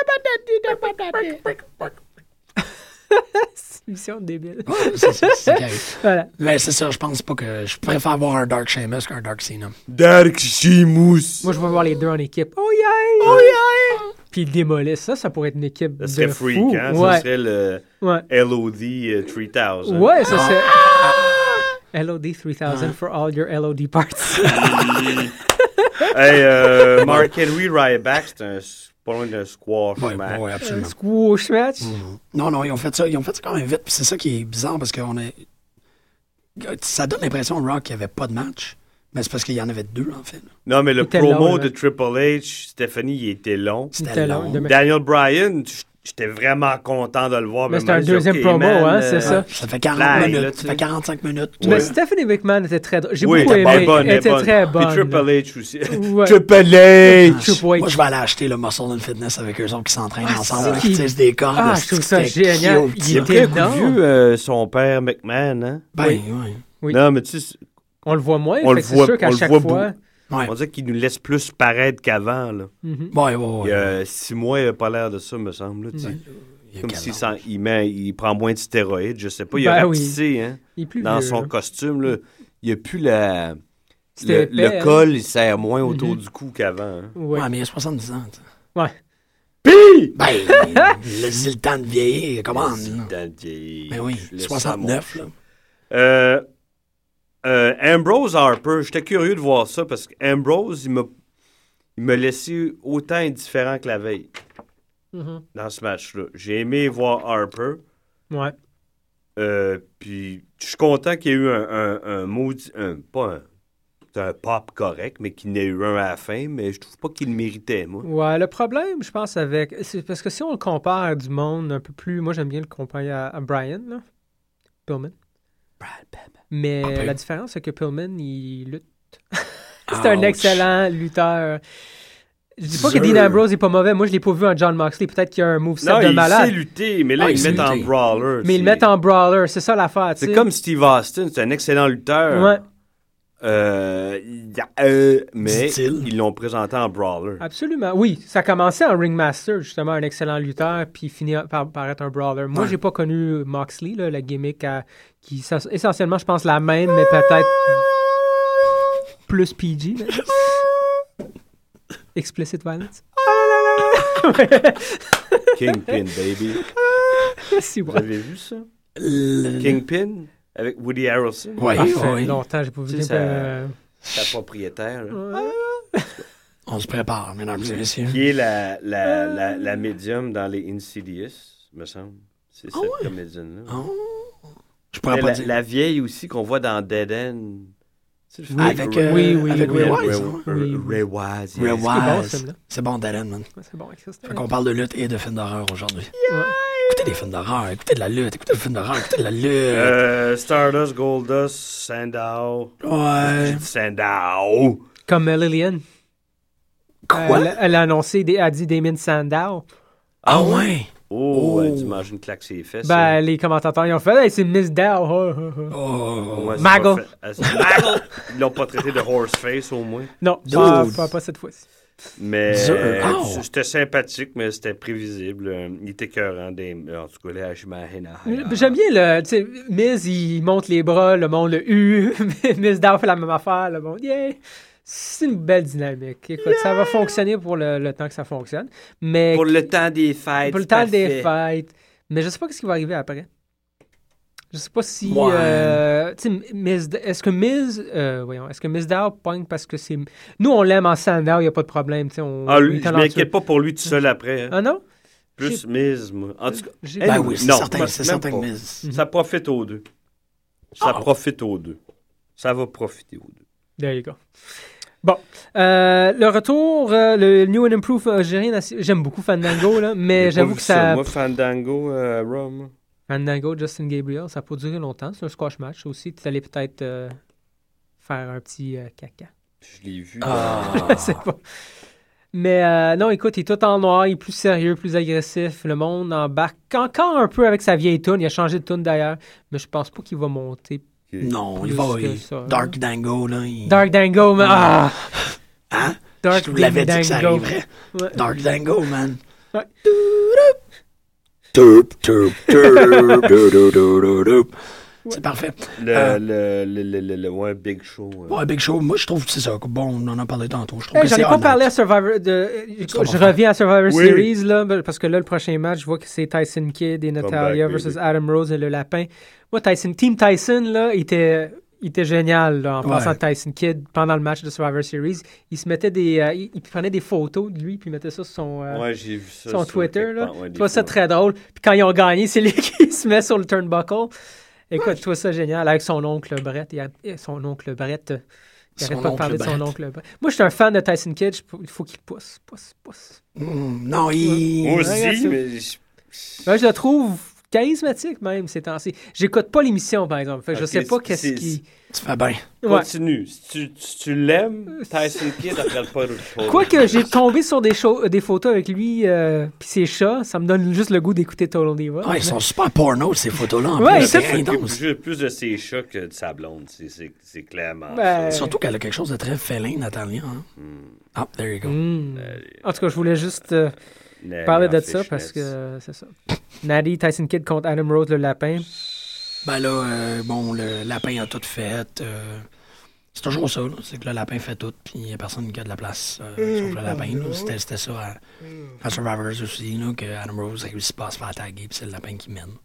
S1: Mission débile.
S12: c'est ça, c'est carré.
S1: Voilà.
S12: Mais c'est ça, je pense pas que. Je préfère avoir un Dark Sheamus qu'un Dark Cena.
S16: Dark Sheamus.
S1: Moi, je vais voir les deux en équipe. Oh yeah! Oh yeah! Puis ils démolissent ça, ça pourrait être une équipe.
S16: Ça serait
S1: de
S16: freak,
S1: fous.
S16: hein?
S1: Ouais.
S16: Ça serait le
S1: Ouais.
S16: LOD euh, 3000.
S1: Ouais, ça serait. LOD
S16: Ah.
S1: 3000 for all your LOD parts.
S16: hey, euh, Mark Henry Ryback, c'est un, s- pas loin d'un squash
S12: Ouais,
S16: match.
S12: ouais,
S1: Euh,
S12: absolument.
S1: Squash match.
S16: Mhm.
S12: Non, non, ils ont fait ça, ils ont fait ça quand même vite. Puis c'est ça qui est bizarre parce qu'on est. Ça donne l'impression au Rock qu'il n'y avait pas de match, mais c'est parce qu'il y en avait deux, en fait.
S16: Non, mais
S12: Il
S16: le
S12: était
S16: promo
S12: long, là.
S16: de Triple H, Stéphanie, il était long.
S12: C'était Il était long. long. Demain.
S16: Daniel Bryan, j- j'étais vraiment content de le voir.
S1: Mais
S16: à
S1: c'était
S16: moment
S1: un
S16: donné, j'ai dit,
S1: deuxième
S16: OK,
S1: promo,
S16: man,
S1: hein,
S16: euh,
S1: c'est ça.
S12: Ça fait 40
S16: flag,
S12: minutes,
S16: là, tu
S12: ça fait 45 minutes.
S1: Mais
S16: Ouais.
S1: Stephanie McMahon était très drôle. J'ai
S16: Oui,
S1: beaucoup
S16: elle
S1: aimé.
S16: était bonne,
S1: elle
S16: elle
S1: était
S16: bonne.
S1: très
S16: Puis
S1: bonne.
S16: Triple H aussi.
S1: Ouais. Triple
S12: Moi,
S1: H.
S12: je vais aller acheter le Muscle and Fitness avec eux autres qui s'entraînent
S1: Ah,
S12: ensemble,
S1: c'est
S12: là,
S1: qui-
S12: qui tissent des cordes.
S1: Ah,
S12: là,
S1: je trouve
S12: c'est-
S1: ça
S12: c'était
S1: génial.
S12: cute,
S1: Il
S12: ça.
S16: Il a pris un coup de
S1: énorme.
S16: vieux, euh, son père McMahon, hein?
S12: Ben, oui. oui.
S1: Oui.
S16: Non, mais tu sais,
S1: On le voit moins,
S16: on
S1: fait
S16: le
S1: que c'est
S16: voit,
S1: sûr qu'à
S16: on le
S1: chaque
S16: voit
S1: fois-
S16: beaucoup. On dirait qu'il nous laisse plus paraître qu'avant, là.
S1: Mhm.
S12: Ouais, ouais,
S16: Il y a Euh, six mois, il n'a pas l'air de ça, me semble. là,
S1: Mm.
S16: tu sais. Comme s'il s'en- il, met- il prend moins de stéroïdes, je sais pas. Il
S1: Ben
S16: a
S1: oui.
S16: ratissé, hein,
S1: Il est plus
S16: dans
S1: vieux,
S16: son
S1: là.
S16: costume. Là, il n'y a plus la... Le,
S1: C'était
S16: le
S1: épais, hein.
S16: col, il serre moins autour
S1: Mhm.
S16: du cou qu'avant. hein.
S1: Ouais.
S12: Ah, mais il y a 70 ans. tu sais.
S1: Ouais.
S16: Pis!
S12: Ben, le, le temps de vieillir, comment?
S16: Vas-y,
S12: là?
S16: dans le vieil-
S12: Ben oui,
S16: je laisse
S12: 69,
S16: ça
S12: là.
S16: monter. Euh, euh, Ambrose Harper, j'étais curieux de voir ça parce que Ambrose, il m'a il m'a laissé autant indifférent que la veille
S1: Mhm.
S16: dans ce match-là. J'ai aimé voir Harper.
S1: Ouais.
S16: Euh, puis je suis content qu'il y ait eu un, un, un maudit- un- pas un, c'est un pop correct, mais qu'il n'ait eu un à la fin, mais je trouve pas qu'il le méritait, moi.
S1: Ouais, le problème, je pense, avec. C'est parce que si on le compare à du monde un peu plus. Moi, j'aime bien le comparer à, à Brian, là. Pillman. Mais
S12: Pas pire.
S1: la différence, c'est que Pillman, il lutte. c'est
S12: Ouch.
S1: un excellent lutteur. Je dis pas que
S12: Dur.
S1: Dean Ambrose est pas mauvais. Moi, je l'ai pas vu en John Moxley. Peut-être qu'il y a un moveset
S16: Non,
S1: de
S16: il
S1: malade.
S16: sait lutter, mais là,
S1: Ah,
S16: il
S1: sait
S16: met en
S1: lutter.
S16: brawler.
S1: Mais ils
S16: c'est-
S1: le mettent en brawler. C'est ça l'affaire, tu
S16: C'est
S1: sais.
S16: comme Steve Austin, c'est un excellent lutteur.
S1: Ouais.
S16: Euh, il a- euh, mais
S1: Dit-il.
S16: ils l'ont présenté en brawler.
S1: Absolument. Oui, ça commençait en Ringmaster, justement, un excellent lutteur, puis finit par, par être un brawler. Moi,
S12: Ouais.
S1: j'ai pas connu Moxley, là, la gimmick à- qui, s- essentiellement, je pense, la même, mais peut-être plus PG. là. Explicit violence.
S16: Kingpin, baby.
S1: Si,
S16: Vous
S1: ouais.
S16: avez vu ça? Kingpin avec Woody Harrelson.
S12: Ouais,
S1: Ah, ça fait
S12: ouais.
S1: longtemps, j'ai pas vu
S16: Tu sais,
S1: des-
S16: sa-
S1: euh,
S16: Sa propriétaire. là.
S12: On se prépare, mesdames et messieurs.
S16: Qui est la, la, la, la médium dans les Insidious, me semble. C'est cette comédienne-là.
S12: Ah Je pourrais
S16: Mais
S12: pas
S16: la,
S12: dire.
S16: la vieille aussi qu'on voit dans Dead End.
S12: Oui, avec, euh,
S16: oui, oui,
S12: avec
S16: oui,
S12: Ray
S16: oui,
S12: Wise.
S16: oui,
S12: hein?
S16: oui, oui.
S12: Ray
S16: yes.
S12: Wise.
S16: C'est bon, ce film-là.
S12: C'est bon, Darren, man.
S16: C'est bon, ça, c'est
S12: Fait
S16: bon.
S12: qu'on parle de lutte et de films d'horreur aujourd'hui. Écoutez des films d'horreur, écoutez de la lutte, écoutez des films d'horreur, écoutez de la lutte.
S6: Euh, Stardust, Goldust, Sandow.
S16: Euh,
S12: Ouais.
S6: Sandow.
S16: Comme euh, Lillian.
S12: Quoi?
S16: elle, elle a annoncé, des, elle a dit Damien Sandow.
S12: Ah ouais?
S6: Oh, ouais, t'imagines claque ses fesses.
S16: Ben, les commentateurs, ils ont fait, hey, c'est Miss Dow. Oh, oh, oh.
S6: Oh, ouais, c'est
S16: Mago.
S6: pas fait. Ah, c'est- Mago. Ils l'ont pas traité de horseface au moins.
S16: Non, pas, pas- pas cette fois-ci.
S6: Mais
S16: Dude.
S12: ah
S6: euh,
S16: Oh.
S6: c'était sympathique, mais c'était prévisible. Euh, Il était cœurant. Des... En tout cas, les Hashima Hena.
S16: J'aime bien le. Tu sais, Miz, il monte les bras, le monde le U. Miss Dow fait la même affaire, le monde, yeah. C'est une belle dynamique. Écoute, ça va fonctionner pour le, le temps que ça fonctionne. Mais
S17: Pour le temps des fêtes.
S16: pour le temps des
S17: parfait.
S16: fêtes. Mais je sais pas ce qui va arriver après. Je sais pas si.
S12: Ben
S17: Ouais.
S16: euh, tu sais, Miss- est-ce que Miz. euh, voyons, est-ce que Miss Dow pogne parce que c'est. Nous, on l'aime en Sandow, il n'y a pas de problème. tu sais, On,
S6: Ah,
S16: il
S6: lui,
S16: est
S6: je
S16: talentueux.
S6: m'inquiète pas pour lui tout seul après. hein.
S16: Ah non?
S6: Plus Miz, moi. En tout cas,
S16: J'ai-
S12: Ben
S6: anyway,
S12: oui, c'est
S6: non,
S12: certain,
S6: même
S12: c'est certain
S6: pas.
S12: que Miz.
S6: Ça profite aux deux. Ça
S16: Ah.
S6: profite aux deux. Ça va profiter aux deux.
S16: There you go. Bon, euh, le retour, euh, le New and Improved, euh, j'ai rien à- J'aime beaucoup Fandango, là,
S6: J'ai
S16: mais
S6: pas
S16: j'avoue
S6: vu
S16: que ça...
S6: Moi, Fandango, euh, Rome.
S16: Fandango, Justin Gabriel, ça n'a pas duré longtemps. C'est un squash match aussi. Tu allais peut-être euh, faire un petit euh, caca.
S6: Je l'ai vu.
S16: Je sais pas. Mais euh, non, écoute, il est tout en noir, il est plus sérieux, plus agressif. Le monde embarque encore un peu avec sa vieille toune. Il a changé de toune d'ailleurs, mais je pense pas qu'il va monter.
S12: Non, il
S16: plus
S12: va.
S16: que
S12: il-
S16: ça, là.
S12: Dark Dango, là. il-
S16: Dark Dango, mais. Ah!
S12: Hein?
S16: Dark
S12: Je vous l'avais dit que ça
S16: Dango.
S12: arriverait.
S16: Ouais.
S12: Dark Dango, man.
S16: Ouais.
S12: Toup, toup, toup, dou, dou, dou, dou, dou. C'est parfait.
S6: Le,
S12: Euh,
S6: le, le, le, le, le- ouais, Big Show. euh.
S12: Ouais, Big Show, moi je trouve que c'est ça. Bon, on en a parlé tantôt. Je trouve
S16: Hey,
S12: que
S16: Eh, J'en
S12: c'est
S16: ai pas
S12: honnête.
S16: parlé à Survivor. de-
S12: pas
S16: je
S12: grave.
S16: reviens à Survivor
S12: Oui.
S16: Series, là, ben, parce que là, le prochain match, je vois que c'est Tyson Kidd et Natalia
S17: baby.
S16: versus Adam Rose et le lapin. Moi, Tyson, Team Tyson, là, il était, il était génial là, en
S17: Ouais.
S16: passant à Tyson Kidd pendant le match de Survivor Series. Il se mettait des, euh, il, il prenait des photos de lui puis il mettait ça sur son, euh,
S6: Ouais, j'ai vu ça
S16: son
S6: sur
S16: Twitter.
S6: quelque
S16: Là.
S6: part, ouais, des
S16: tu vois ça
S6: fois.
S16: très drôle. Puis quand ils ont gagné, c'est lui qui se met sur le turnbuckle. Écoute, je trouve ça génial avec son oncle Brett. et- et son oncle Brett. euh, Il
S12: Son
S16: arrête pas de
S12: oncle
S16: parler de son
S12: Brett.
S16: oncle Brett. Moi, je suis un fan de Tyson Kidd. je- Il faut qu'il pousse, pousse, pousse.
S12: Mm, non, il.
S6: Moi
S16: Ouais,
S6: aussi,
S16: regarde
S6: mais. je-
S16: Ben, je le trouve charismatique même ces temps-ci. J'écoute pas l'émission, par exemple. Fait que
S6: Ok,
S16: je sais pas
S6: c'est-
S16: qu'est-ce
S6: c'est-
S16: qui...
S12: Tu fais bien.
S16: Ouais.
S6: Continue. Si tu, si tu l'aimes, Tyson Kidd, regarde pas le show.
S16: Quoique j'ai tombé sur des, cho- des photos avec lui euh, puis ses chats, ça me donne juste le goût d'écouter Total Diva.
S12: Ah, ils sont super porno, ces photos-là. en
S16: Ouais,
S12: plus,
S16: c'est-
S12: c'est intense.
S6: J'ai plus de ses chats que de sa blonde. c'est- C'est c'est clairement. ça.
S16: Ben-
S12: Surtout qu'elle a quelque chose de très félin, Natalia. hein. Ah, there you go.
S16: Hmm. En tout cas, je voulais juste euh,
S6: Natty
S16: parler de
S6: en
S16: ça parce
S6: fishnets.
S16: que euh, c'est ça. Natty, Tyson Kidd contre Adam Rose, le lapin.
S12: Ben là, euh, bon, le lapin a tout fait. euh, c'est toujours ça, là, c'est que le lapin fait tout, puis il n'y a personne qui a de la place, euh, sauf le lapin. là. C'était, c'était ça hein. à, à Survivors aussi, là, que Adam Rose réussit pas à se faire taguer, puis c'est le lapin qui mène.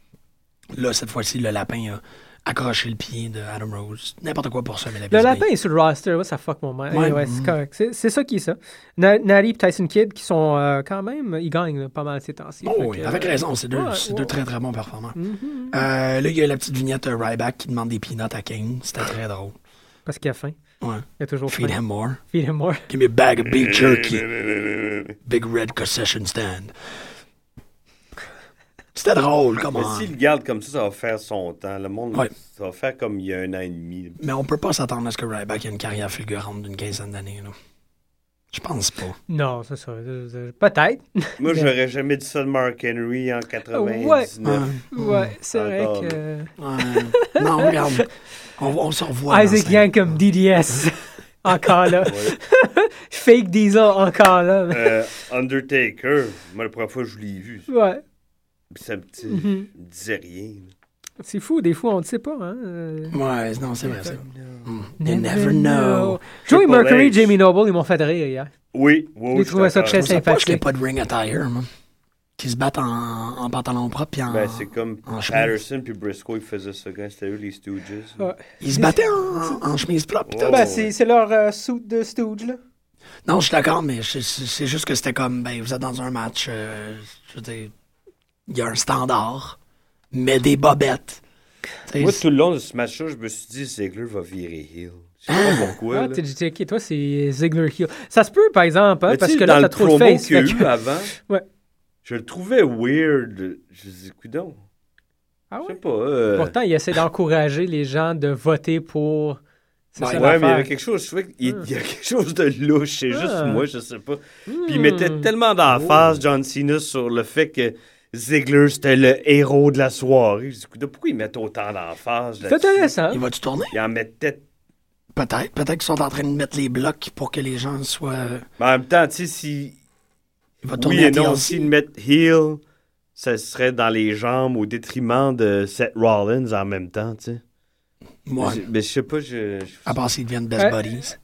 S12: Là, cette fois-ci, le lapin a accroché le pied de Adam Rose. N'importe quoi pour semer la
S16: Le
S12: vis-
S16: lapin est sur le roster, ouais, ça fuck mon mère.
S12: Ouais.
S16: Ouais, ouais, c'est correct. C'est, c'est ça qui est ça. Na- Natty et Tyson Kidd qui sont euh, quand même, ils gagnent là, pas mal ces temps-ci.
S12: Oh
S16: Fait
S12: oui,
S16: que,
S12: avec
S16: euh,
S12: raison, c'est deux,
S16: ouais,
S12: c'est deux
S16: ouais.
S12: très très bons performants.
S16: Mhm.
S12: Euh, là, il y a la petite vignette euh, Ryback qui demande des peanuts à Kane. C'était très drôle.
S16: Parce qu'il a faim.
S12: Ouais.
S16: Il a toujours
S12: Feed
S16: faim.
S12: him more.
S16: Feed him more.
S12: Give me a bag of beef jerky. Big red concession stand. C'était drôle, come
S6: Ah, Mais
S12: on.
S6: s'il le garde comme ça, ça va faire son temps. Le monde,
S12: Ouais.
S6: ça va faire comme il y a un an et demi.
S12: Mais on peut pas s'attendre à ce que Ryback ait une carrière fulgurante d'une quinzaine d'années. là. Je pense pas.
S16: Non, c'est ça. euh, euh, Peut-être.
S6: Moi,
S16: Mais-
S6: j'aurais jamais dit ça de Mark Henry en 99.
S16: Ouais. Ouais, c'est vrai
S6: Encore,
S16: que.
S12: Ouais. non, regarde. On, on se revoit.
S16: Isaac Yang comme DDS. encore là. Fake Diesel, encore là.
S6: Euh, Undertaker, moi, la première fois que je l'ai vu,
S16: Ouais.
S6: ça me, tu-
S16: Mhm.
S6: me disait rien.
S16: C'est fou, des fois, on ne sait pas. Hein? euh,
S12: Ouais, non, c'est vrai. c'est vrai. Mm. You
S16: never
S12: never know.
S16: know. Joey
S6: Triple
S16: Mercury
S6: H.
S16: et Jamie Noble, ils m'ont fait rire hier.
S6: Oui, oui,
S16: J'ai trouvé ça très
S12: Je sais pas qu'il n'y a
S16: sympathique.
S12: pas de ring attire, moi. Qui se battent en, en pantalon propre puis en.
S6: Ben, c'est comme
S12: en chemise.
S6: Patterson puis Briscoe, ils faisaient ça quand c'était eux, les Stooges.
S16: Ouais.
S12: Ils se battaient en, en chemise propre. puis tout.
S16: Ben, c'est c'est leur euh, soude de Stooge, là.
S12: Non, je suis d'accord, mais je- c'est c'est juste que c'était comme, ben, vous êtes dans un match, euh, je veux dire, il y a un standard, mais des bobettes. Tu sais,
S6: Moi,
S12: c'est-
S6: tout le long de ce match-là, je me suis dit, Ziggler va virer heel.
S16: Je sais pas pourquoi.
S1: Ah,
S16: là.
S1: t'es dit, ok, toi, c'est Ziggler Hill. Ça se peut, par exemple, hein,
S16: Mais tu
S1: parce
S16: sais,
S1: que là,
S16: dans
S1: t'as
S16: le
S1: trop de
S16: promo
S1: face.
S16: qu'il y a
S1: fait
S16: eu
S1: que-
S16: avant,
S1: Ouais.
S16: je le trouvais weird. Je dis, coudon.
S1: Ah
S16: Je sais pas. euh,
S1: Pourtant, il essaie d'encourager les gens de voter pour. C'est
S16: ouais,
S1: ça
S16: ouais, mais il y
S1: l'affaire.
S16: avait quelque chose, je trouvais qu'il il y a quelque chose de louche, c'est juste
S1: Ah.
S16: moi, je sais pas. Puis il
S1: Hmm.
S16: mettait tellement d'emphase, John Cena, sur le fait que Ziggler, c'était le héros de la soirée. Je dis, Coudonc, pourquoi ils mettent autant d'emphase
S12: C'est
S16: là-dessus?
S1: intéressant.
S12: Il va-tu tourner?
S16: Ils en mettaient
S12: Peut-être. Peut-être qu'ils sont en train de mettre les blocs pour que les gens soient. euh,
S16: Mais en même temps, tu sais, si.
S12: va
S16: oui
S12: tourner
S16: et
S12: à
S16: non,
S12: TLC.
S16: s'ils mettent heel, ça serait dans les jambes au détriment de Seth Rollins en même temps, tu sais.
S12: Ouais.
S16: Mais je- Mais je sais pas, je. je-
S12: À part s'ils deviennent best
S1: Euh,
S12: buddies.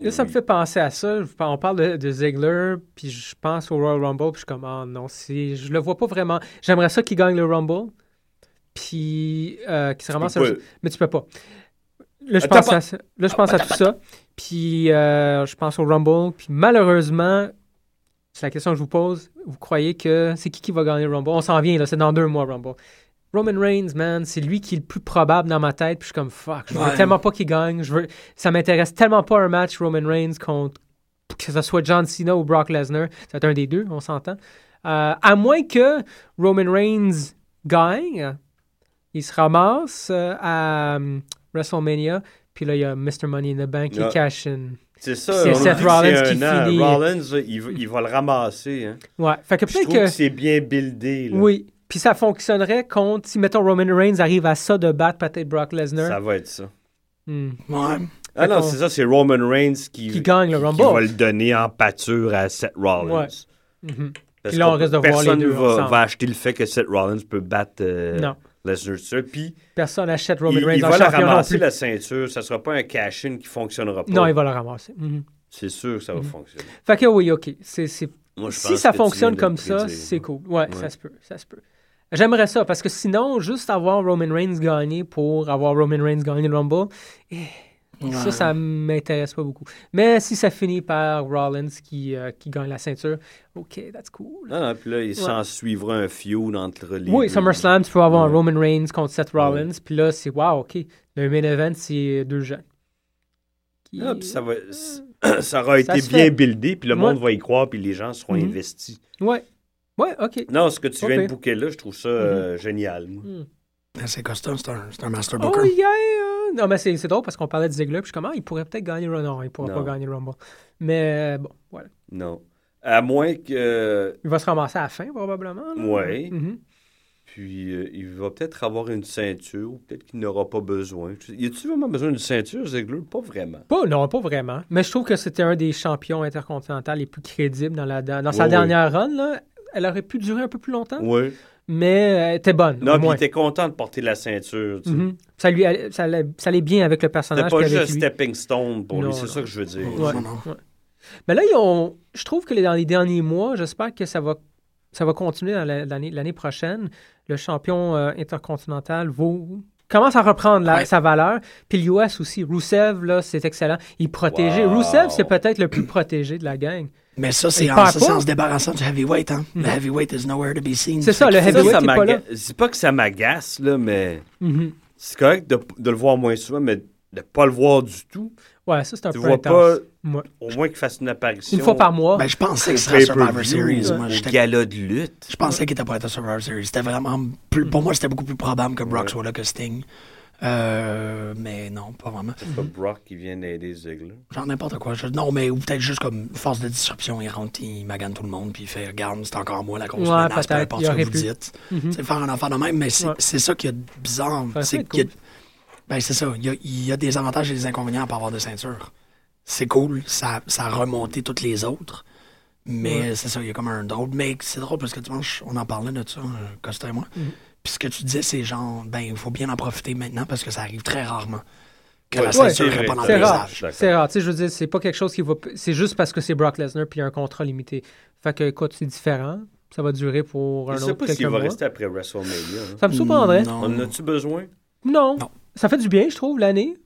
S1: Là, ça me fait penser à ça. Je- On parle de, de Ziggler, puis je pense au Royal Rumble, puis je suis comme, ah non, c'est, je le vois pas vraiment. J'aimerais ça qu'il gagne le Rumble, puis euh, qu'il se ramasse.
S16: peux
S1: un-
S16: pas.
S1: Mais tu peux pas. Là, je
S16: Attends,
S1: pense
S16: pas-
S1: à, ça. Là, je pense à tout ça, puis euh, je pense au Rumble, puis malheureusement, c'est la question que je vous pose. Vous croyez que c'est qui qui va gagner le Rumble? On s'en vient, là, c'est dans deux mois, Rumble. Roman Reigns, man, c'est lui qui est le plus probable dans ma tête. Puis je suis comme fuck, je veux
S12: Ouais.
S1: tellement pas qu'il gagne. Je veux, ça m'intéresse tellement pas un match Roman Reigns contre que ce soit John Cena ou Brock Lesnar. C'est un des deux, on s'entend. Euh, à moins que Roman Reigns gagne, il se ramasse euh, à euh, WrestleMania. Puis là, il y a Mr. Money in the Bank qui
S16: Ouais.
S1: cash in.
S16: C'est ça,
S1: Puis
S16: on
S1: C'est
S16: dit que
S1: Seth Rollins qui
S16: c'est un an.
S1: finit.
S16: Rollins, il, va- il va le ramasser. Hein.
S1: Ouais, fait que
S16: Puis je
S1: peut-être
S16: trouve que,
S1: que-
S16: c'est bien buildé. Là.
S1: Oui. Puis ça fonctionnerait contre, si mettons Roman Reigns arrive à ça de battre peut-être Brock Lesnar.
S16: Ça va être ça.
S1: Hmm.
S12: Ouais.
S16: Ah
S1: qu'on-
S16: non, c'est ça, c'est Roman Reigns qui,
S1: Qui gagne le
S16: qui va
S1: Rumble.
S16: le donner en pâture à Seth Rollins.
S1: Ouais. Mhm.
S16: Parce
S1: Puis là, on
S16: que
S1: risque de voir les
S16: personne
S1: deux
S16: va,
S1: ensemble.
S16: va acheter le fait que Seth Rollins peut battre euh,
S1: Non.
S16: Lesnar tout seul. Puis
S1: Personne n'achète Roman
S16: il,
S1: Reigns
S16: il
S1: en
S16: va la
S1: champion non
S16: ramasser
S1: plus.
S16: la ceinture. Ça sera pas un cash-in qui fonctionnera pas.
S1: Non, il va la ramasser. Mhm.
S16: C'est sûr que ça va fonctionner.
S1: Fait que oui, OK. C'est, c'est-
S16: Moi, je
S1: si
S16: pense
S1: ça
S16: que tu viens
S1: fonctionne
S16: de
S1: comme
S16: le
S1: ça,
S16: prédire.
S1: c'est cool. Ouais,
S16: Ouais.
S1: ça se peut, ça se peut. J'aimerais ça, parce que sinon, juste avoir Roman Reigns gagner pour avoir Roman Reigns gagner le Rumble, eh, ça,
S12: Ouais.
S1: ça m'intéresse pas beaucoup. Mais si ça finit par Rollins qui, euh, qui gagne la ceinture, OK, that's cool.
S16: Non, non, puis là, il
S1: Ouais.
S16: s'en suivra un feud entre les
S1: Oui,
S16: deux.
S1: SummerSlam, tu peux avoir un Roman Reigns contre Seth Rollins, puis là, c'est wow, OK. Le main event, c'est deux jeunes.
S16: Ah, puis ça, va, ça aura
S1: Ça
S16: été
S1: se
S16: bien
S1: fait.
S16: buildé, puis le
S1: Ouais.
S16: monde va y croire, puis les gens seront
S1: Mhm.
S16: investis.
S1: Ouais. Ouais, OK.
S16: Non, ce que tu
S1: Pas
S16: viens de
S1: pire.
S16: bouquer là, je trouve ça euh, génial. moi.
S12: C'est custom, c'est un, c'est un master
S1: Oh,
S12: booker.
S1: yeah! euh, Non, mais c'est c'est drôle parce qu'on parlait de Ziggler, puis je suis comme, ah, il pourrait peut-être gagner le Rumble. Non, il pourra
S16: Non.
S1: pas gagner le Rumble. Mais euh, bon, voilà.
S16: Non. À moins que.
S1: Il va se ramasser à la fin, probablement. là.
S16: Oui.
S1: Mhm.
S16: Puis euh, il va peut-être avoir une ceinture, ou peut-être qu'il n'aura pas besoin. Tu- Y a-tu vraiment besoin d'une ceinture, Ziggler? Pas vraiment.
S1: Pas, non, pas vraiment. Mais je trouve que c'était un des champions intercontinentaux les plus crédibles dans, la, dans sa
S16: Ouais,
S1: dernière run. Là. Elle aurait pu durer un peu plus longtemps,
S16: Oui.
S1: mais euh, elle était bonne. au
S16: Non, puis il
S1: moins.
S16: était content de porter la ceinture. tu sais.
S1: Mhm. Ça lui allait- ça allait, ça allait bien avec le
S16: C'était
S1: personnage.
S16: pas
S1: puis avec
S16: juste
S1: lui.
S16: stepping stone pour
S1: Non,
S16: lui, c'est
S1: non.
S16: ça que je veux dire.
S1: Ouais, ouais. Mais là, ils ont- je trouve que dans les derniers mois, j'espère que ça va, ça va continuer dans la- l'année l'année prochaine. Le champion euh, intercontinental vaut- commence à reprendre la- sa valeur. Puis l'US aussi. Rousseff, là, c'est excellent. Il est protégé.
S12: Wow.
S1: Rousseff, c'est peut-être le plus protégé de la gang.
S12: Mais ça, c'est
S1: Il
S12: en,
S1: perd
S12: ça,
S1: pas. Hmm.
S12: c'est en se débarrassant du heavyweight. Hein? Le heavyweight is nowhere to be seen.
S1: C'est ça,
S12: Fait
S1: le
S12: que-
S16: Ça,
S1: heavyweight
S16: ça
S1: est pas là.
S16: m'aga- C'est pas que ça m'agace, là, mais
S1: Mhm.
S16: c'est correct de, de le voir moins souvent, mais de pas le voir du tout.
S1: Ouais, ça, c'est un
S16: tu
S1: peu
S16: vois
S1: intense.
S16: pas
S1: Ouais.
S16: au moins qu'il fasse une apparition.
S1: Une fois par mois.
S12: Ben, je pensais que ce
S16: Au
S12: serait Survivor
S16: pay-per-view,
S12: Series. Moi,
S16: au
S12: j'étais-
S16: gala de lutte.
S12: Je pensais qu'il était pas être à Survivor Series. C'était vraiment plus- pour moi, c'était beaucoup plus probable que Brock soit là que Sting. Euh, mais non, pas vraiment.
S16: C'est pas Brock qui vient d'aider Ziggler.
S12: Genre n'importe quoi. Je- non, mais ou peut-être juste comme force de disruption, il rentre, il magane tout le monde, puis il fait Regarde, c'est encore moi la grosse
S1: Ouais,
S12: menace, peu
S1: peut-être.
S12: importe
S1: Il
S12: ce que
S1: aurait
S12: vous
S1: pu.
S12: dites.
S1: Mhm.
S12: C'est faire un enfant de même, mais c'est
S1: Ouais.
S12: c'est ça qui est bizarre.
S1: Ça
S12: C'est
S1: serait
S12: qu'il y a- ben, c'est ça. Il y, a, il y a des avantages et des inconvénients à pas avoir de ceinture. C'est cool, ça, ça a remonté toutes les autres. Mais c'est ça, il y a comme un drôle. Mais c'est drôle parce que dimanche, on en parlait de ça, euh, Costa et moi.
S1: Mhm.
S12: Puis ce que tu disais, c'est genre, ben, il faut bien en profiter maintenant parce que ça arrive très rarement que la
S1: Ouais,
S12: ceinture répond en
S1: C'est rare.
S12: paysage.
S1: C'est rare. Tu sais, je veux dire, c'est pas quelque chose qui va. C'est juste parce que c'est Brock Lesnar puis il y a un contrat limité. Fait que, écoute, c'est différent. Ça va durer pour un
S16: Je sais
S1: autre
S16: pas
S1: quelques
S16: s'il va
S1: mois.
S16: rester après WrestleMania. hein.
S1: Ça me surprendrait.
S12: Non.
S16: On en a-tu besoin?
S1: Non. Ça fait du bien, je trouve, l'année.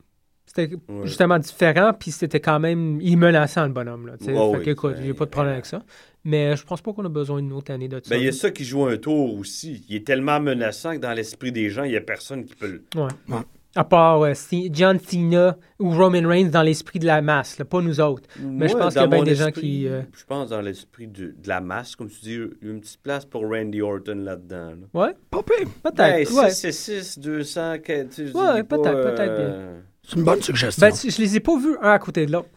S1: C'était
S16: Ouais.
S1: justement différent, puis c'était quand même. Il est menaçant, le bonhomme. Là, tu sais.
S16: Ouais,
S1: fait
S16: oui.
S1: que, écoute, j'ai pas de problème avec ça. Mais je pense pas qu'on a besoin d'une autre année de ça.
S16: Ben, il y a ça qui joue un tour aussi. Il est tellement menaçant que dans l'esprit des gens, il n'y a personne qui peut le.
S1: Ouais.
S12: Ouais.
S16: À part euh, C- John Cena ou Roman Reigns dans l'esprit de la masse, là, pas nous autres. Mais je
S6: Moi,
S16: pense qu'il y
S6: dans
S16: a bien
S6: mon
S16: des gens
S6: esprit,
S16: qui. euh,
S6: Je pense dans l'esprit du- de la masse, comme tu dis, euh, il y a une petite place pour Randy Orton là-dedans. là.
S16: Ouais. Peut-être.
S6: Ben,
S16: ouais.
S6: 6 et 6, 200, que- tu sais, je dis
S16: Ouais,
S6: pas,
S16: peut-être,
S6: euh,
S16: peut-être bien.
S12: C'est une bonne suggestion.
S16: Ben, tu- je les ai pas vus un à côté de l'autre.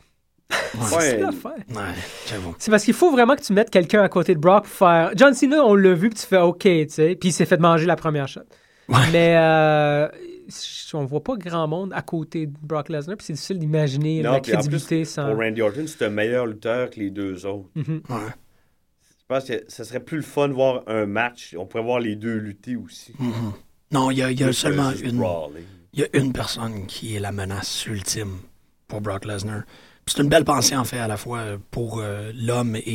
S6: Ouais.
S16: C'est l'affaire.
S12: Ouais, j'avoue.
S16: C'est parce qu'il faut vraiment que tu mettes quelqu'un à côté de Brock pour faire. John Cena, on l'a vu, puis tu fais OK, tu sais. Puis il s'est fait manger la première shot. Mais euh, on voit pas grand monde à côté de Brock Lesnar, puis c'est difficile d'imaginer
S6: Non,
S16: la
S6: puis en plus,
S16: crédibilité sans.
S6: pour Randy Orton, c'est un meilleur lutteur que les deux autres.
S16: Mhm.
S12: Ouais.
S6: Je pense que ça serait plus le fun de voir un match. On pourrait voir les deux lutter aussi.
S12: Mhm. Non, il y a, il y a
S6: Plus que
S12: seulement
S6: juste
S12: une.
S6: brawler.
S12: Il y a une personne qui est la menace ultime pour Brock Lesnar. Puis C'est une belle pensée, en fait, à la fois pour euh, l'homme et